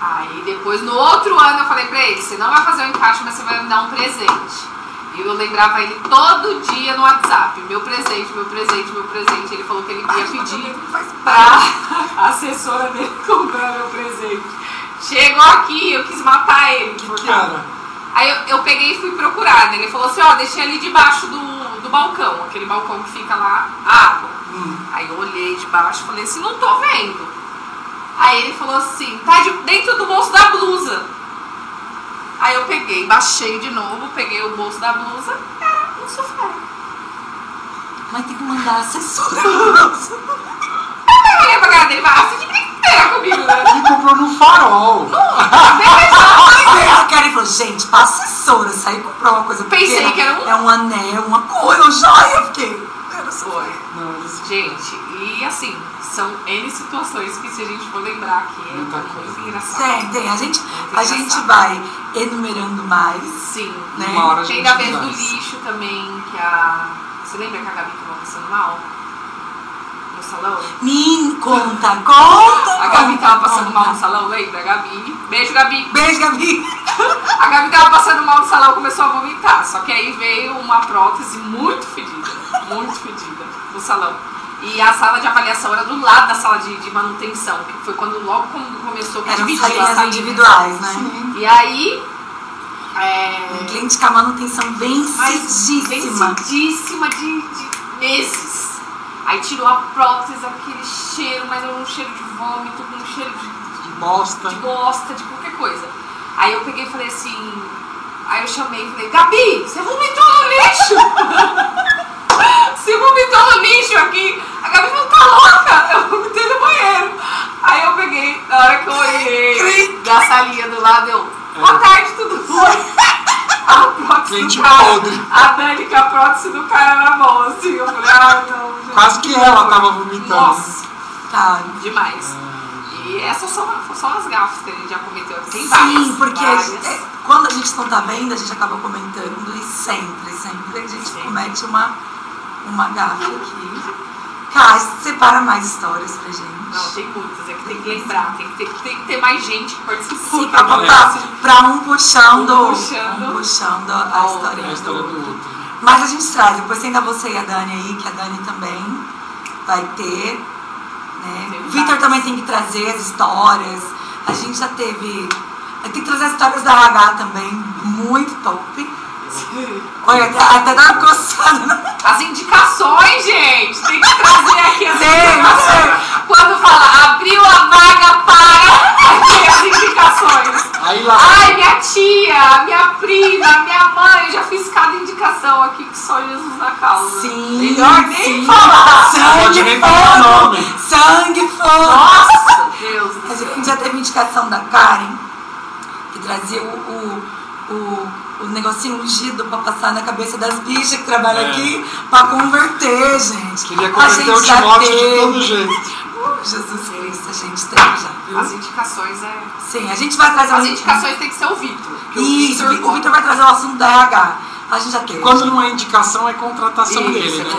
Speaker 2: Aí depois, no outro ano, eu falei pra ele, você não vai fazer o encaixe, mas você vai me dar um presente. E eu lembrava ele todo dia no WhatsApp, meu presente, meu presente, meu presente. Ele falou que ele ia pedir
Speaker 3: Faz
Speaker 2: pra assessora dele comprar meu presente. Chegou aqui, eu quis matar ele. porque-
Speaker 1: Cara,
Speaker 2: Aí eu, eu peguei e fui procurar, né? Ele falou assim, ó, deixei ali debaixo do, do balcão, aquele balcão que fica lá, a água.
Speaker 1: hum,
Speaker 2: Aí eu olhei de baixo e falei assim, não tô vendo. Aí ele falou assim, tá de- dentro do bolso da blusa. Aí eu peguei, baixei de novo, peguei o bolso da blusa, era um sofá.
Speaker 3: Mas tem que mandar assessora. Nossa.
Speaker 2: Aí eu olhei pra cara dele e falei, ah, você de brincadeira comigo, né?
Speaker 1: ele comprou no farol.
Speaker 3: Aí a Karen falou, gente, pra assessora, sair comprar uma coisa
Speaker 2: Pensei
Speaker 3: pequena,
Speaker 2: que era um-
Speaker 3: É um anel, uma coisa, um joia, eu fiquei. Era só-
Speaker 2: Foi.
Speaker 1: Não, eles-
Speaker 2: Gente, e assim, são N situações que se a gente for lembrar aqui, é
Speaker 1: Muita
Speaker 2: muita
Speaker 1: coisa.
Speaker 2: coisa engraçada.
Speaker 3: Tem, tem. A gente,
Speaker 2: Muito
Speaker 3: a gente
Speaker 2: engraçado.
Speaker 3: vai enumerando mais.
Speaker 2: Sim.
Speaker 3: Né?
Speaker 1: Uma hora a gente
Speaker 2: Tem da vez do
Speaker 1: faz.
Speaker 2: lixo também, que a. Você lembra que a Gabi tava passando mal? No salão?
Speaker 3: Me conta, conta.
Speaker 2: A Gabi
Speaker 3: conta,
Speaker 2: tava passando
Speaker 3: conta.
Speaker 2: mal no salão, lembra? Gabi. Beijo, Gabi.
Speaker 3: Beijo, Gabi.
Speaker 2: A Gabi tava passando mal no salão começou a vomitar. Só que aí veio uma prótese muito fedida. Muito fedida no salão. E a sala de avaliação era do lado da sala de, de manutenção, que foi quando logo como começou que
Speaker 3: Eram
Speaker 2: dividiu a
Speaker 3: salinhas
Speaker 2: salinha.
Speaker 3: individuais, né?
Speaker 2: E aí. é,
Speaker 3: O cliente com a manutenção
Speaker 2: Mas
Speaker 3: vencidíssima.
Speaker 2: vencidíssima de, de meses. Aí tirou a prótese, aquele cheiro, mas era um cheiro de vômito, com um cheiro de,
Speaker 1: De bosta.
Speaker 2: de bosta, de qualquer coisa. Aí eu peguei e falei assim. Aí eu chamei e falei, Gabi, você vomitou no lixo! você vomitou no lixo aqui! A Gabi falou, tá louca! Eu vomitei no banheiro! Aí eu peguei, na hora que eu olhei da salinha do lado, eu, boa tarde, tudo bom? A prótese
Speaker 1: É. Gente
Speaker 2: do cara,
Speaker 1: podre.
Speaker 2: a Dani com a prótese do cara na mão, assim, eu falei, ah, não, gente.
Speaker 1: Quase que ela tava vomitando.
Speaker 2: Nossa,
Speaker 3: Cara.
Speaker 2: demais.
Speaker 1: Ah,
Speaker 2: E essas são, são as gafas que a gente já cometeu. Tem
Speaker 3: Sim,
Speaker 2: várias.
Speaker 3: porque a
Speaker 2: várias.
Speaker 3: gente- é, quando a gente não tá vendo, a gente acaba comentando e sempre, sempre a gente
Speaker 2: Sim.
Speaker 3: comete uma, uma gafa aqui. Cara, separa mais histórias pra
Speaker 2: Não,
Speaker 3: gente.
Speaker 2: tem muitas, é que tem que lembrar, tem que ter, tem que ter mais gente que participou.
Speaker 3: Sim, pra,
Speaker 2: pra
Speaker 3: pra,
Speaker 2: poder-
Speaker 3: pra um puxando,
Speaker 2: Um puxando.
Speaker 3: um puxando a
Speaker 2: A
Speaker 1: é
Speaker 3: história.
Speaker 1: a história do outro.
Speaker 3: Mas a gente traz, depois tem ainda você e a Dani aí, que a Dani também vai ter. Né?
Speaker 2: Tem
Speaker 3: O Vitor
Speaker 2: várias.
Speaker 3: também tem que trazer as histórias. A gente já teve. Tem que trazer as histórias da H também, muito top. Olha, até, até dá uma coçada na
Speaker 2: As indicações, gente, tem que trazer aqui as
Speaker 3: Tem,
Speaker 2: indicações. Quando fala, abriu a vaga para aqui as indicações.
Speaker 1: Aí lá.
Speaker 2: Ai, minha tia, minha prima, minha mãe, eu já fiz cada indicação aqui que só Jesus na causa.
Speaker 3: Sim,
Speaker 2: Melhor nem
Speaker 3: sim.
Speaker 2: falar.
Speaker 1: Pode
Speaker 3: sangue
Speaker 1: nem falar nome.
Speaker 3: fogo! Sangue fogo!
Speaker 2: Nossa, Deus
Speaker 3: A
Speaker 2: do céu.
Speaker 3: gente já teve indicação da Karen, que trazia o, o, o, o negocinho ungido pra passar na cabeça das bichas que trabalham
Speaker 1: É.
Speaker 3: aqui pra converter, gente.
Speaker 1: Queria
Speaker 3: A gente
Speaker 1: converter o
Speaker 3: já
Speaker 1: Timóteo de
Speaker 3: teve. Uh,
Speaker 1: todo jeito.
Speaker 3: Jesus Cristo, a gente tem já,
Speaker 2: As
Speaker 3: viu?
Speaker 2: indicações é.
Speaker 3: Sim, a gente vai trazer
Speaker 2: As
Speaker 3: um-
Speaker 2: indicações tem que ser o Victor. que
Speaker 3: Isso,
Speaker 2: o
Speaker 3: o Vitor vai trazer o assunto da RH. A gente já teve.
Speaker 1: Quando não é indicação, é contratação
Speaker 2: Isso,
Speaker 1: dele, né?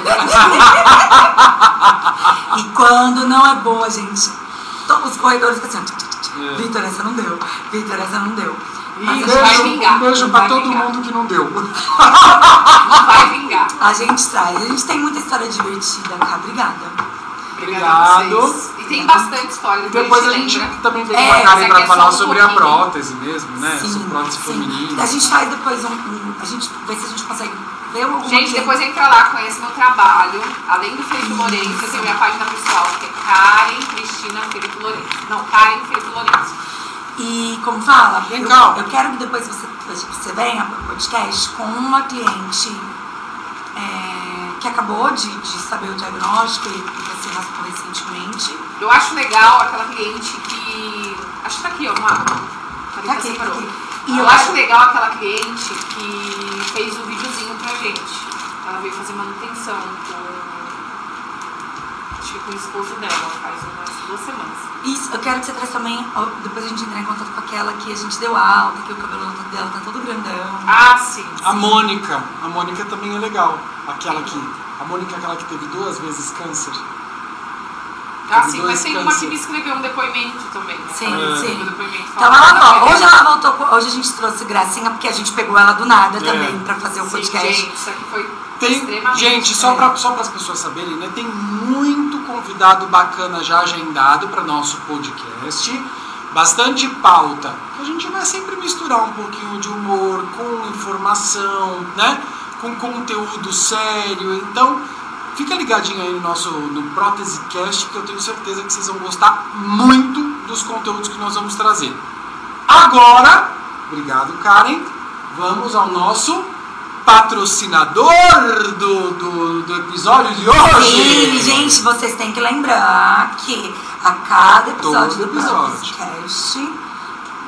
Speaker 3: E quando não é boa, gente, to- os corredores ficam assim, ó, tch, tch, tch, tch.
Speaker 1: É.
Speaker 3: Vitor, essa não deu. Vitor, essa não deu.
Speaker 1: Um
Speaker 3: Mas a
Speaker 2: Isso, vai
Speaker 1: beijo,
Speaker 3: gente,
Speaker 2: vingar,
Speaker 1: um beijo pra
Speaker 2: vai
Speaker 1: todo
Speaker 2: vingar.
Speaker 1: mundo que não deu.
Speaker 2: Não vai vingar.
Speaker 3: a gente traz. A gente tem muita história divertida, tá? Obrigada.
Speaker 2: Obrigada a
Speaker 1: Obrigado.
Speaker 2: vocês. E tem bastante história.
Speaker 1: E depois a
Speaker 2: gente
Speaker 1: gente
Speaker 2: lembra.
Speaker 1: também vem
Speaker 3: É,
Speaker 1: pra
Speaker 2: mas
Speaker 1: Karen
Speaker 2: é que
Speaker 1: pra
Speaker 2: é
Speaker 1: falar
Speaker 2: só um
Speaker 1: sobre a
Speaker 2: pouquinho.
Speaker 1: prótese mesmo, né? Sobre prótese feminina.
Speaker 3: A gente faz depois um, um- A gente vê se a gente consegue ver alguma
Speaker 2: Gente,
Speaker 3: coisa.
Speaker 2: depois entra lá, conhece meu trabalho. Além do Felipe Lourenço, eu tenho minha página pessoal, que é Karen Cristina Felipe Lourenço. Não, Karen Felipe Lourenço.
Speaker 3: E como fala?
Speaker 1: Vem
Speaker 3: eu,
Speaker 1: cá.
Speaker 3: eu quero que depois você, você venha para o podcast com uma cliente é, que acabou de, de saber o diagnóstico e que você raspou recentemente.
Speaker 2: Eu acho legal aquela cliente que. Acho que tá aqui, ó, no ar.
Speaker 3: Tá aqui, tá aqui.
Speaker 2: E eu acho legal aquela cliente que fez o videozinho pra gente. Ela veio fazer manutenção com. Acho que com o esposo dela, faz umas duas semanas.
Speaker 3: Isso, eu quero que você traz também, ó, depois a gente entrar em contato com aquela que a gente deu alta, que o cabelo dela tá todo grandão.
Speaker 2: Ah, sim.
Speaker 1: A Mônica. A Mônica também é legal. Aquela que. A Mônica é aquela que teve duas vezes câncer.
Speaker 2: Ah, sim,
Speaker 1: Dois
Speaker 2: mas tem uma que
Speaker 1: câncer.
Speaker 2: me escreveu um depoimento também. Né?
Speaker 3: Sim,
Speaker 2: Ela
Speaker 3: sim.
Speaker 2: escreveu um depoimento
Speaker 3: Então ela
Speaker 2: falando
Speaker 3: volta.
Speaker 2: da
Speaker 3: Hoje ela voltou, com- hoje a gente trouxe gracinha, porque a gente pegou ela do nada
Speaker 1: É.
Speaker 3: também pra fazer o
Speaker 2: Sim,
Speaker 3: um podcast.
Speaker 2: Gente, isso aqui foi
Speaker 1: Tem,
Speaker 2: extremamente.
Speaker 1: gente, só para só as pessoas saberem, né? Tem muito convidado bacana já agendado para nosso podcast. Bastante pauta. A gente vai sempre misturar um pouquinho de humor com informação, né? Com conteúdo sério. Então, fica ligadinho aí no nosso no Prótesecast, que eu tenho certeza que vocês vão gostar muito dos conteúdos que nós vamos trazer. Agora, obrigado Karen, vamos ao nosso patrocinador do, do, do episódio de
Speaker 3: Sim,
Speaker 1: hoje.
Speaker 3: gente, vocês têm que lembrar que a cada episódio
Speaker 1: Todo
Speaker 3: do
Speaker 1: episódio.
Speaker 3: podcast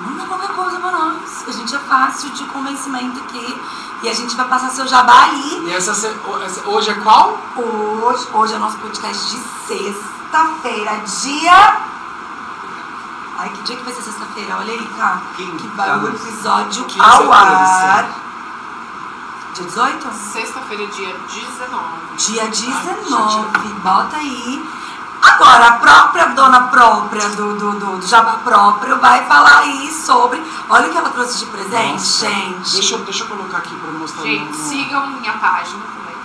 Speaker 3: manda qualquer coisa pra nós. A gente é fácil de convencimento aqui e a gente vai passar seu jabá ali.
Speaker 1: E essa, se- o- essa- hoje é qual?
Speaker 3: Hoje, hoje é o nosso podcast de sexta-feira, dia. Ai, que dia que vai ser sexta-feira? Olha aí, cara.
Speaker 1: Quinta.
Speaker 3: Que vai o episódio
Speaker 1: Quinta
Speaker 3: ao
Speaker 1: terça.
Speaker 3: ar. Dia 18?
Speaker 2: Sexta-feira, dia Ah, 19.
Speaker 3: Dia
Speaker 1: já
Speaker 3: 19, bota aí. Agora, a própria dona própria do, do, do, do Jabá próprio vai falar aí sobre. Olha o que ela trouxe de presente,
Speaker 1: Nossa,
Speaker 3: gente.
Speaker 1: Deixa, eu- deixa eu colocar aqui para mostrar. no-
Speaker 2: Gente,
Speaker 1: no-
Speaker 2: sigam minha página também.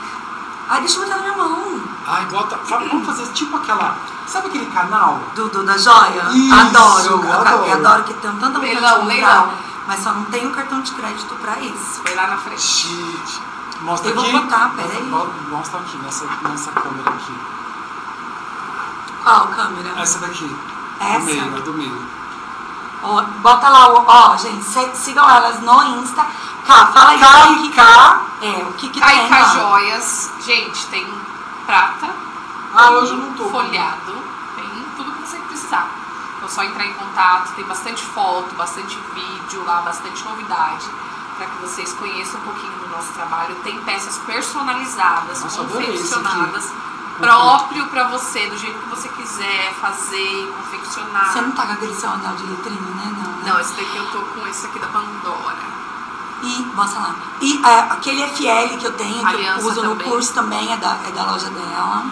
Speaker 3: Ai, deixa eu botar na minha mão.
Speaker 1: Ai, bota. fa- Vamos fazer tipo aquela. Sabe aquele canal?
Speaker 3: Do, do da joia?
Speaker 1: Isso,
Speaker 3: adoro. Eu
Speaker 1: adoro.
Speaker 3: eu adoro que tem tanta vontade
Speaker 1: tá
Speaker 2: Leilão,
Speaker 3: de comprar,
Speaker 2: leilão.
Speaker 3: Mas só não tenho cartão de crédito pra isso.
Speaker 2: Foi lá na frente.
Speaker 1: Gente. Mostra
Speaker 3: Eu vou
Speaker 1: aqui.
Speaker 3: botar,
Speaker 1: Mostra-
Speaker 3: peraí.
Speaker 1: bo- Mostra aqui nessa, nessa câmera aqui.
Speaker 3: Qual câmera?
Speaker 1: Essa daqui. Do meio,
Speaker 3: Essa?
Speaker 1: é do meio.
Speaker 3: Ó, bota lá, o- ó, gente, se- sigam elas no Insta. Cá, fala aí. o que que- É, o que que tem
Speaker 2: Caica
Speaker 3: lá?
Speaker 2: Joias. Gente, tem prata,
Speaker 1: Ah, hoje eu não tô.
Speaker 2: folhado, tem tudo que você precisar. Então é só entrar em contato, tem bastante foto, bastante vídeo lá, bastante novidade. Para que vocês conheçam um pouquinho do nosso trabalho. Tem peças personalizadas,
Speaker 1: Nossa, adorei esse aqui.
Speaker 2: confeccionadas, próprio para você, do jeito que você quiser fazer, e confeccionar.
Speaker 3: Você não tá com aquele seu anel de letrinha, né? Não. né?
Speaker 2: Não, esse daqui eu tô com esse aqui da Pandora.
Speaker 3: E, mostra lá. E ah, aquele FL que eu tenho, que eu
Speaker 2: Aliança
Speaker 3: uso no
Speaker 2: também.
Speaker 3: curso também, é da, é da loja dela.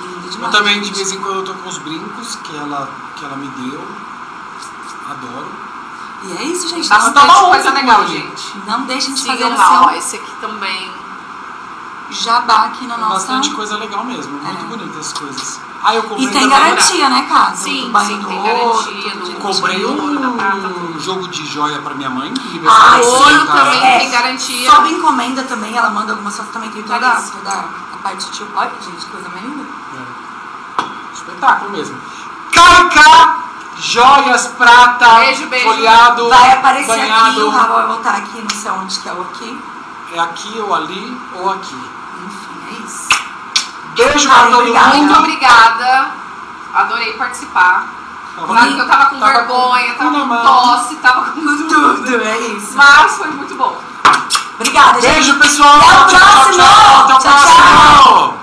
Speaker 3: Lindo demais.
Speaker 1: Eu também de
Speaker 3: Ah, gente.
Speaker 1: vez em quando eu tô com os brincos que ela, que ela me deu. Adoro.
Speaker 3: E é isso, gente.
Speaker 1: Tá
Speaker 3: não,
Speaker 1: bom.
Speaker 2: Bastante
Speaker 1: tava
Speaker 2: coisa
Speaker 1: ontem,
Speaker 2: legal,
Speaker 1: hoje.
Speaker 2: gente. um
Speaker 3: não deixem de fazer
Speaker 2: Sigam
Speaker 3: o
Speaker 2: lá, ó,
Speaker 3: seu
Speaker 2: esse aqui também.
Speaker 3: jabá aqui na
Speaker 1: Tem
Speaker 3: nossa...
Speaker 1: bastante coisa legal mesmo. Muito
Speaker 3: É.
Speaker 1: bonitas as coisas. Ah, eu comprei
Speaker 3: E tem
Speaker 1: também- um,
Speaker 3: garantia, né, Casa?
Speaker 2: Sim,
Speaker 3: Do banho
Speaker 2: sim,
Speaker 3: do
Speaker 2: tem
Speaker 3: outro,
Speaker 2: garantia
Speaker 3: tudo
Speaker 2: do-
Speaker 3: direitinho.
Speaker 1: Comprei
Speaker 2: Da prata.
Speaker 1: um jogo de joia pra minha mãe. de
Speaker 3: Uh! Ah,
Speaker 1: aniversário,
Speaker 2: Ouro
Speaker 3: sim,
Speaker 1: tá?
Speaker 2: também
Speaker 3: é.
Speaker 2: tem garantia.
Speaker 3: Sob encomenda também, ela manda algumas fotos também, tem toda,
Speaker 2: Beleza.
Speaker 3: toda a parte de... tipo, Olha, gente, que coisa mais linda.
Speaker 1: É. Espetáculo mesmo. KK, joias, prata,
Speaker 2: Beijo, beijo.
Speaker 1: folhado,
Speaker 3: Vai aparecer aqui,
Speaker 1: banhado.
Speaker 3: o Raul vai botar aqui, não sei onde que é o aqui.
Speaker 1: É aqui ou ali ou aqui.
Speaker 3: Enfim, é isso.
Speaker 1: Beijo
Speaker 3: Ai,
Speaker 1: pra todo
Speaker 3: obrigada.
Speaker 1: mundo.
Speaker 2: Muito obrigada. Adorei participar.
Speaker 1: Tava-
Speaker 2: Claro que eu tava com
Speaker 1: Tava com
Speaker 2: vergonha, tava
Speaker 1: tudo na
Speaker 2: com
Speaker 1: mão.
Speaker 2: tosse, tava com
Speaker 3: Com
Speaker 2: tudo.
Speaker 3: tudo, é isso.
Speaker 2: Mas foi muito bom.
Speaker 3: Obrigada, gente.
Speaker 1: Beijo, pessoal.
Speaker 3: Até o próximo.
Speaker 1: Tchau, tchau. Até o
Speaker 3: Tchau, tchau.
Speaker 1: próximo.